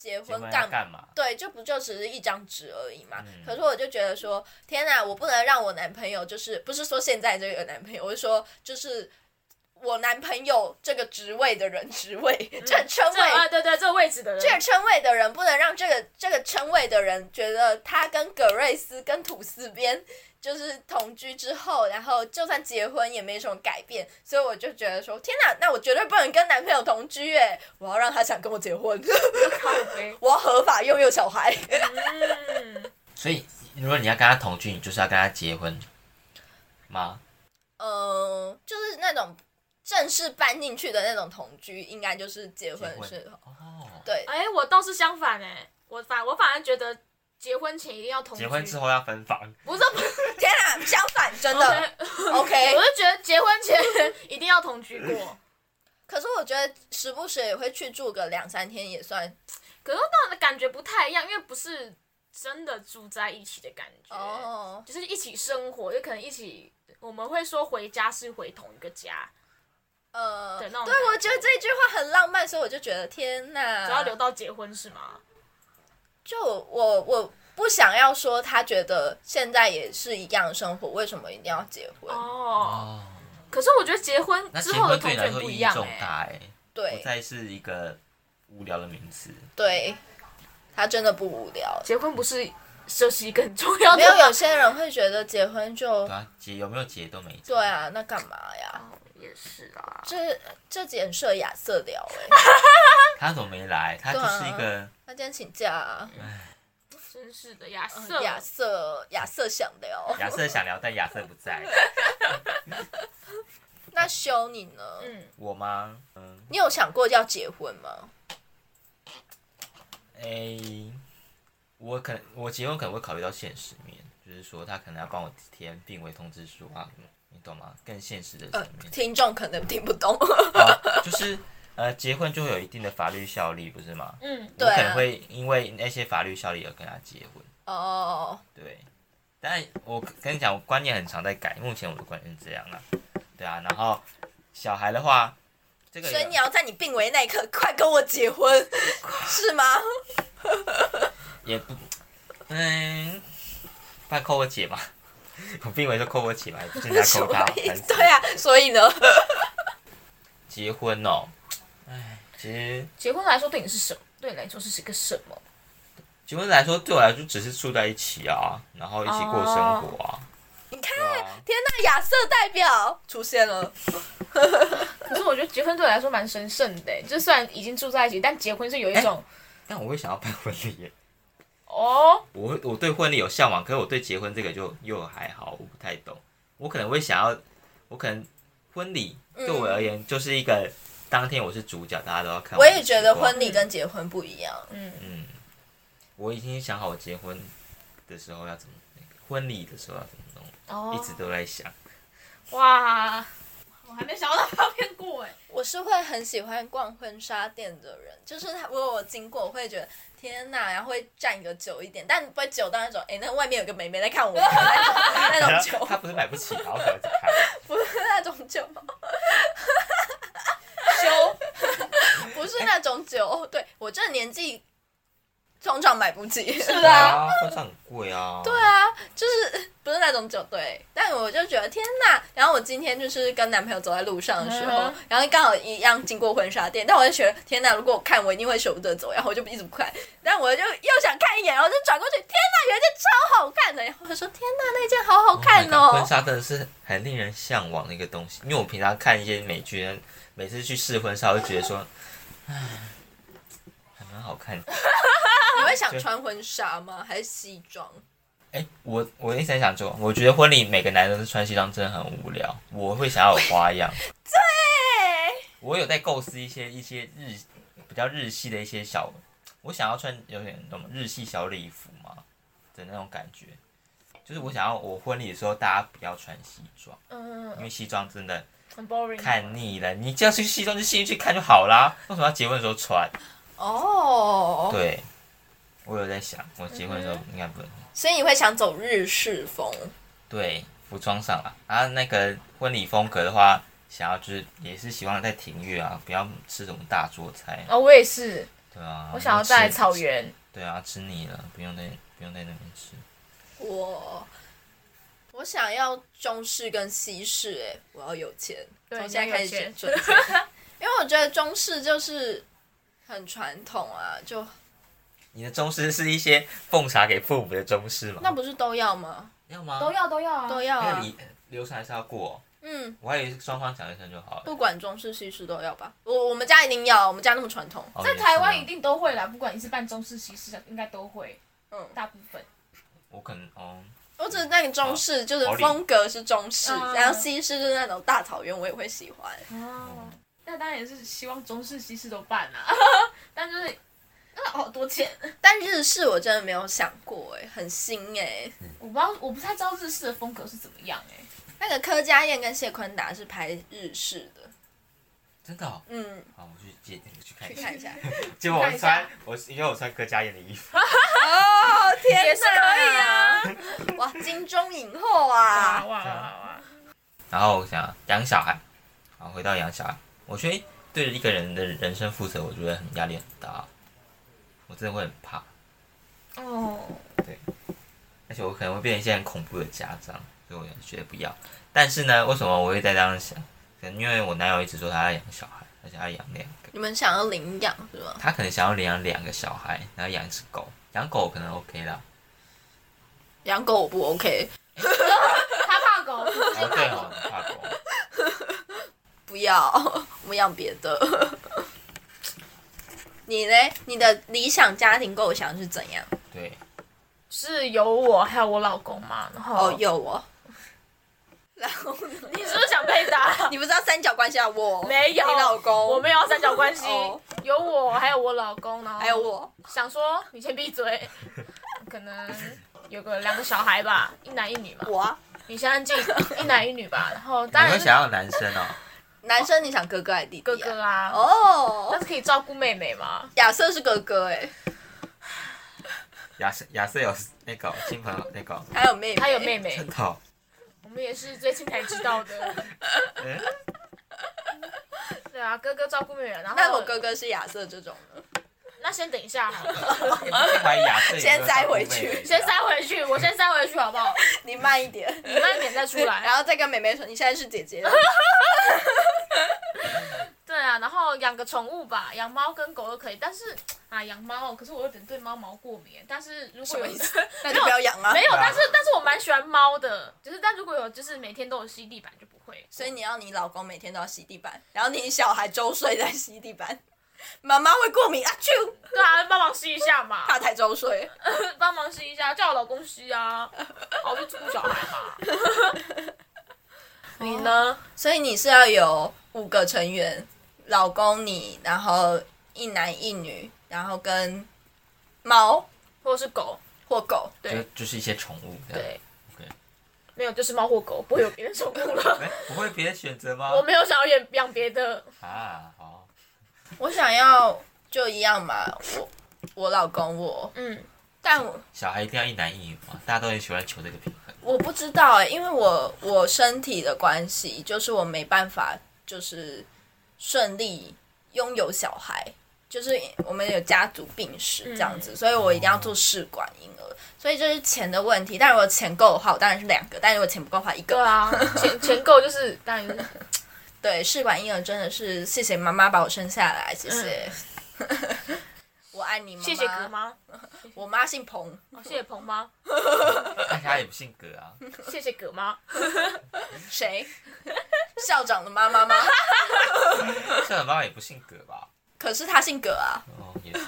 结
结
婚
婚要
干嘛？
干嘛？
对，就不就只是一张纸而已嘛。
嗯
可是我就觉得说，天哪，我不能让我男朋友就是不是说现在这个男朋友，我是说就是我男朋友这个职位的人职位，这个称
这啊，
谓。
对对，这个位置的人，
这个称谓的人不能让这个这个称谓的人觉得他跟葛瑞斯跟土司边就是同居之后，然后就算结婚也没什么改变，所以我就觉得说，天哪，那我绝对不能跟男朋友同居哎，我要让他想跟我结婚，
靠背。
我要合法拥有小孩。
嗯，
所以如果你要跟他同居，你就是要跟他结婚吗？
嗯，就是那种正式搬进去的那种同居，应该就是结婚的时候。
哦，
对，
哎、我倒是相反哎、我反我反而觉得结婚前一定要同居，
结婚之后要分房，
不是不是，
天啊，相反，真的
OK，
OK
我。是觉得结婚前一定要同居过。
可是我觉得时不时也会去住个两三天，也算
可是那感觉不太一样，因为不是真的住在一起的感觉，
哦。
就是一起生活，就可能一起，我们会说回家是回同一个家，
呃，
对
对，
那种
我
感
觉得这句话很浪漫，所以我就觉得天哪，
只要留到结婚是吗？
就我我我不想要说他觉得现在也是一样的生活，为什么一定要结婚？
哦，
哦，
可是我觉得结婚
那
之
结
后的
婚对你
同居
来
很
说
不
意
一
义
样
重
哎、
大哎、不
对
再是一个无聊的名词。
对，他真的不无聊。
结婚不是就是一个很重要的
没有有些人会觉得结婚就
对啊，结有没有结都没差。
对啊，那干嘛呀？
哦也是啊，
这这简设亚瑟聊哎、
他怎么没来？他就
对啊
是一 个
他今天请假、啊，
真是的亚
嗯
瑟，
亚瑟亚瑟想聊。
啊亚瑟想聊，但亚瑟不在。
那修你呢？
嗯，
我吗？嗯，
你有想过要结婚吗？
诶、我可能我结婚可能会考虑到现实面，就是说他可能要帮我填病危通知书啊什么，你懂吗？更现实的层
呃
面，，
听众可能听不懂。
啊、就是呃，结婚就会有一定的法律效力，不是吗？
嗯，
对啊
我可能会因为那些法律效力而跟他结婚，
哦，
对。但我跟你讲，我观念很常在改，目前我的观念是这样啊，对啊。然后小孩的话，这个
所以
有
你要在你病危那一刻快跟我 结婚，是吗？
也不，嗯，不然扣我姐嘛， 我并没说扣我姐嘛，现在
什
扣
么
她，
意
烦
思
死
对啊，所以呢，
结婚哦，哎，其实
结婚来说对你是什么？对你来说是一个什么？
结婚来说，对我来说只是住在一起啊，然后一起过生活
哦
啊，
你看
对，啊，
天呐，亚瑟代表出现了。
可是我觉得结婚对我来说蛮神圣的欸，就虽然已经住在一起，但结婚是有一种、
但我会想要办婚礼耶，
哦，
我会我对婚礼有向往，可是我对结婚这个就又还好，我不太懂，我可能会想要，我可能婚礼对我而言就是一个、当天我是主角，大家都要看
嗯我
的
也觉得
时光
婚礼跟结婚不一样。
嗯，
嗯，我已经想好我结婚的时候要怎么那个婚礼的时候要怎么弄，
哦
一，直都在想。
哇，我还没想到他骗过哎，
我是会很喜欢逛婚纱店的人，就是他如果我经过，我会觉得天哪，然后会站个久一点，但不会久到那种，哎、那外面有个妹妹在看我那种那种久，
他不是买不起，然后才会去 看。
不是那种久，修，不是那种久，对我这年纪通常买不起，是
对啊，婚纱很贵啊。对
对啊，就是 不是那种酒对，但我就觉得天哪！然后我今天就是跟男朋友走在路上的时候，
嗯
然后刚好一样经过婚纱店，但我就觉得天哪！如果我看，我一定会舍不得走，然后我就一直不看，但我就又想看一眼，然后就转过去，天哪，有一件超好看的，然后我就说天哪，那件好好看
，Oh 婚
哦。
纱真的是很令人向往的一个东西，因为我平常看一些美剧，每次去试婚纱，我就觉得说，唉，还蛮好看的。
你会想穿婚纱吗？还是西装？
哎、我我一直很想做，我觉得婚礼每个男人都穿西装真的很无聊，我会想要有花样。
对，
我有在构思一些一些日比较日系的一些小，我想要穿有点那种日系小礼服嘛的那种感觉，就是我想要我婚礼的时候大家不要穿西装，因
嗯，
为西装真的
很 boring，
看腻了。你就要去西装就西去看就好啦，为什么要结婚的时候穿？
哦，
对，我有在想，我结婚的时候应该不能。
所以你会想走日式风。
对，服装上啦。啊，那个婚礼风格的话，想要就是也是希望在庭院啊，不要吃什么大桌菜，
哦，我也是，
对啊。
我想要在
吃
草，原。
对啊，吃腻了，不用在不用在那边吃。
我我想要中式跟西式、欸，哎，我要有钱，
对
从现在开
你要
始
有钱
准钱， 因为我觉得中式就是很传统啊，就
你的中式是一些奉茶给父母的中式吗？
那不是都要吗？
要吗？
要都要啊
都要
那个
啊，
礼流程还是要过哦，
嗯，
我还以为是双方讲一声就好了。
不管中式西式都要吧。我我们家一定要，我们家那么传统。
哦
在
也是
台湾
哦
一定都会啦，不管你是办中式、西式，应该都会，
嗯，
大部分。
我可能哦，
我只是那个中式，就是
好理
风格是中式，
嗯
然后西式就是那种大草原，我也会喜欢。
哦，那当然也是希望中式、西式都办啦， 但就是那好多钱，
但日式我真的没有想过、欸，哎，很新哎、
我不知道，我不太知道日式的风格是怎么样哎、
那个柯佳燕跟谢坤达是拍日式的，
真的哦，
嗯，
好，我去借去看
去
一下。
看一下。
结果我
看一
穿
下
我因为我穿柯佳燕的衣服，
哦， 天
也是可以啊
哪！哇，金钟影后啊！
哇
对啊
哇！
然后我想养小孩，好，回到养小孩，我觉得对一个人的人生负责，我觉得很压力很大，我真的会很怕，
哦，
而且我可能会变成一些很恐怖的家长，所以我觉得不要。但是呢，为什么我会在这样想？可能因为我男友一直说他要养小孩，而且他要养两个，
你们想要领养是吗？
他可能想要领养两个小孩，然后养一只狗，养狗可能 OK 啦。
养狗我不 OK，
他怕狗，
哦，对哦，你怕狗。
不要， 我们养别的。 你嘞？你的理想家庭构想是怎样？
对，
是有我还有我老公嘛，然后
哦，有哦。 然后呢
你是不是想被打？
你不知道三角关系啊？我
没有
你老公，
我没有要三角关系
哦，
有我还有我老公，然后
还有我。
想说你先闭嘴， 可能有个两个小孩吧，一男一女嘛，
我啊
你先安静，一男一女吧，然后当
你会
然是
想要男生 哦，
男生，你想哥哥还是弟弟、
哥
啊？
哥啊，但
哦，
是可以照顾妹妹嘛，
亚瑟是哥哥哎、
亚瑟亚瑟有那个亲朋那个，
还有妹妹，
她有妹妹
真，的哦，
我们也是最近才知道的。
嗯
对啊，哥哥照顾妹妹，然后
那我哥哥是亚瑟这种的，
那先等一下好了，
怀疑哎亚瑟有没有
先塞回
照顾妹妹
去
先塞回去，我先塞回去好不好？
你慢一点，
你慢一点再出来
然。后再跟妹妹说你现在是姐姐了，
对啊，然后养个宠物吧，养猫跟狗都可以，但是啊，养猫，可是我有点对猫毛过敏。但是如果有
什么意思那就不要养 啊
没。有，
对啊
但是但是我蛮喜欢猫的，就是但如果有就是每天都有吸地板就不会。
所以你要你老公每天都要吸地板，然后你小孩周岁在吸地板， 妈妈会过敏啊啾，
对啊，帮忙吸一下嘛，
怕太周岁。
帮忙吸一下，叫我老公吸啊，好我就照顾小孩嘛。你呢？
所以你是要有五个成员，老公你，然后一男一女，然后跟猫
或者是狗？
或狗。
就
对
就是一些宠物这样。
对
OK
没有，就是猫或狗，不会有别的宠物了。
哎，不会别的选择吗？
我没有想要养养别的，
啊，好，
我想要就一样嘛，我我老公我，
嗯，
但我
小孩一定要一男一女嘛，大家都很喜欢求这个平衡。
我不知道哎、因为我我身体的关系，就是我没办法就是顺利拥有小孩，就是我们有家族病史这样
嗯
子，所以我一定要做试管婴儿，所以这是钱的问题。但如果钱够的话，我当然是两个；但如果钱不够的话，一
对
个。
啊，钱钱够就是当然就是
对，试管婴儿真的是谢谢妈妈把我生下来，谢谢， 我爱你妈妈。
嗯谢谢格妈，
我妈姓彭，
哦谢谢彭妈，
但他也不姓葛 啊，
谢谢葛妈。
谁？ 校长的妈妈吗？
校啊长妈妈也不姓葛吧？
可是她姓葛啊。
哦，也是。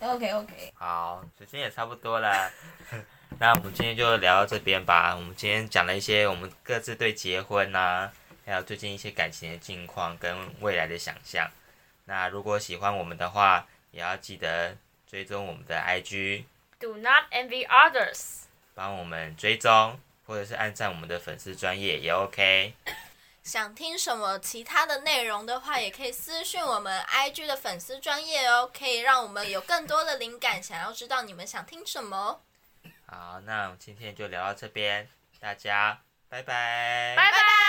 OK OK，
好，时间也差不多了，那我们今天就聊到这边吧。我们今天讲了一些我们各自对结婚啊，还有最近一些感情的近况跟未来的想象。那如果喜欢我们的话，也要记得追踪我们的 IG，
Do not envy others。
帮我们追踪，或者是按赞我们的粉丝专业也 OK。
想听什么其他的内容的话，也可以私讯我们 IG 的粉丝专业哦，可以让我们有更多的灵感，想要知道你们想听什么哦。
好，那我们今天就聊到这边，大家
拜拜，
拜拜。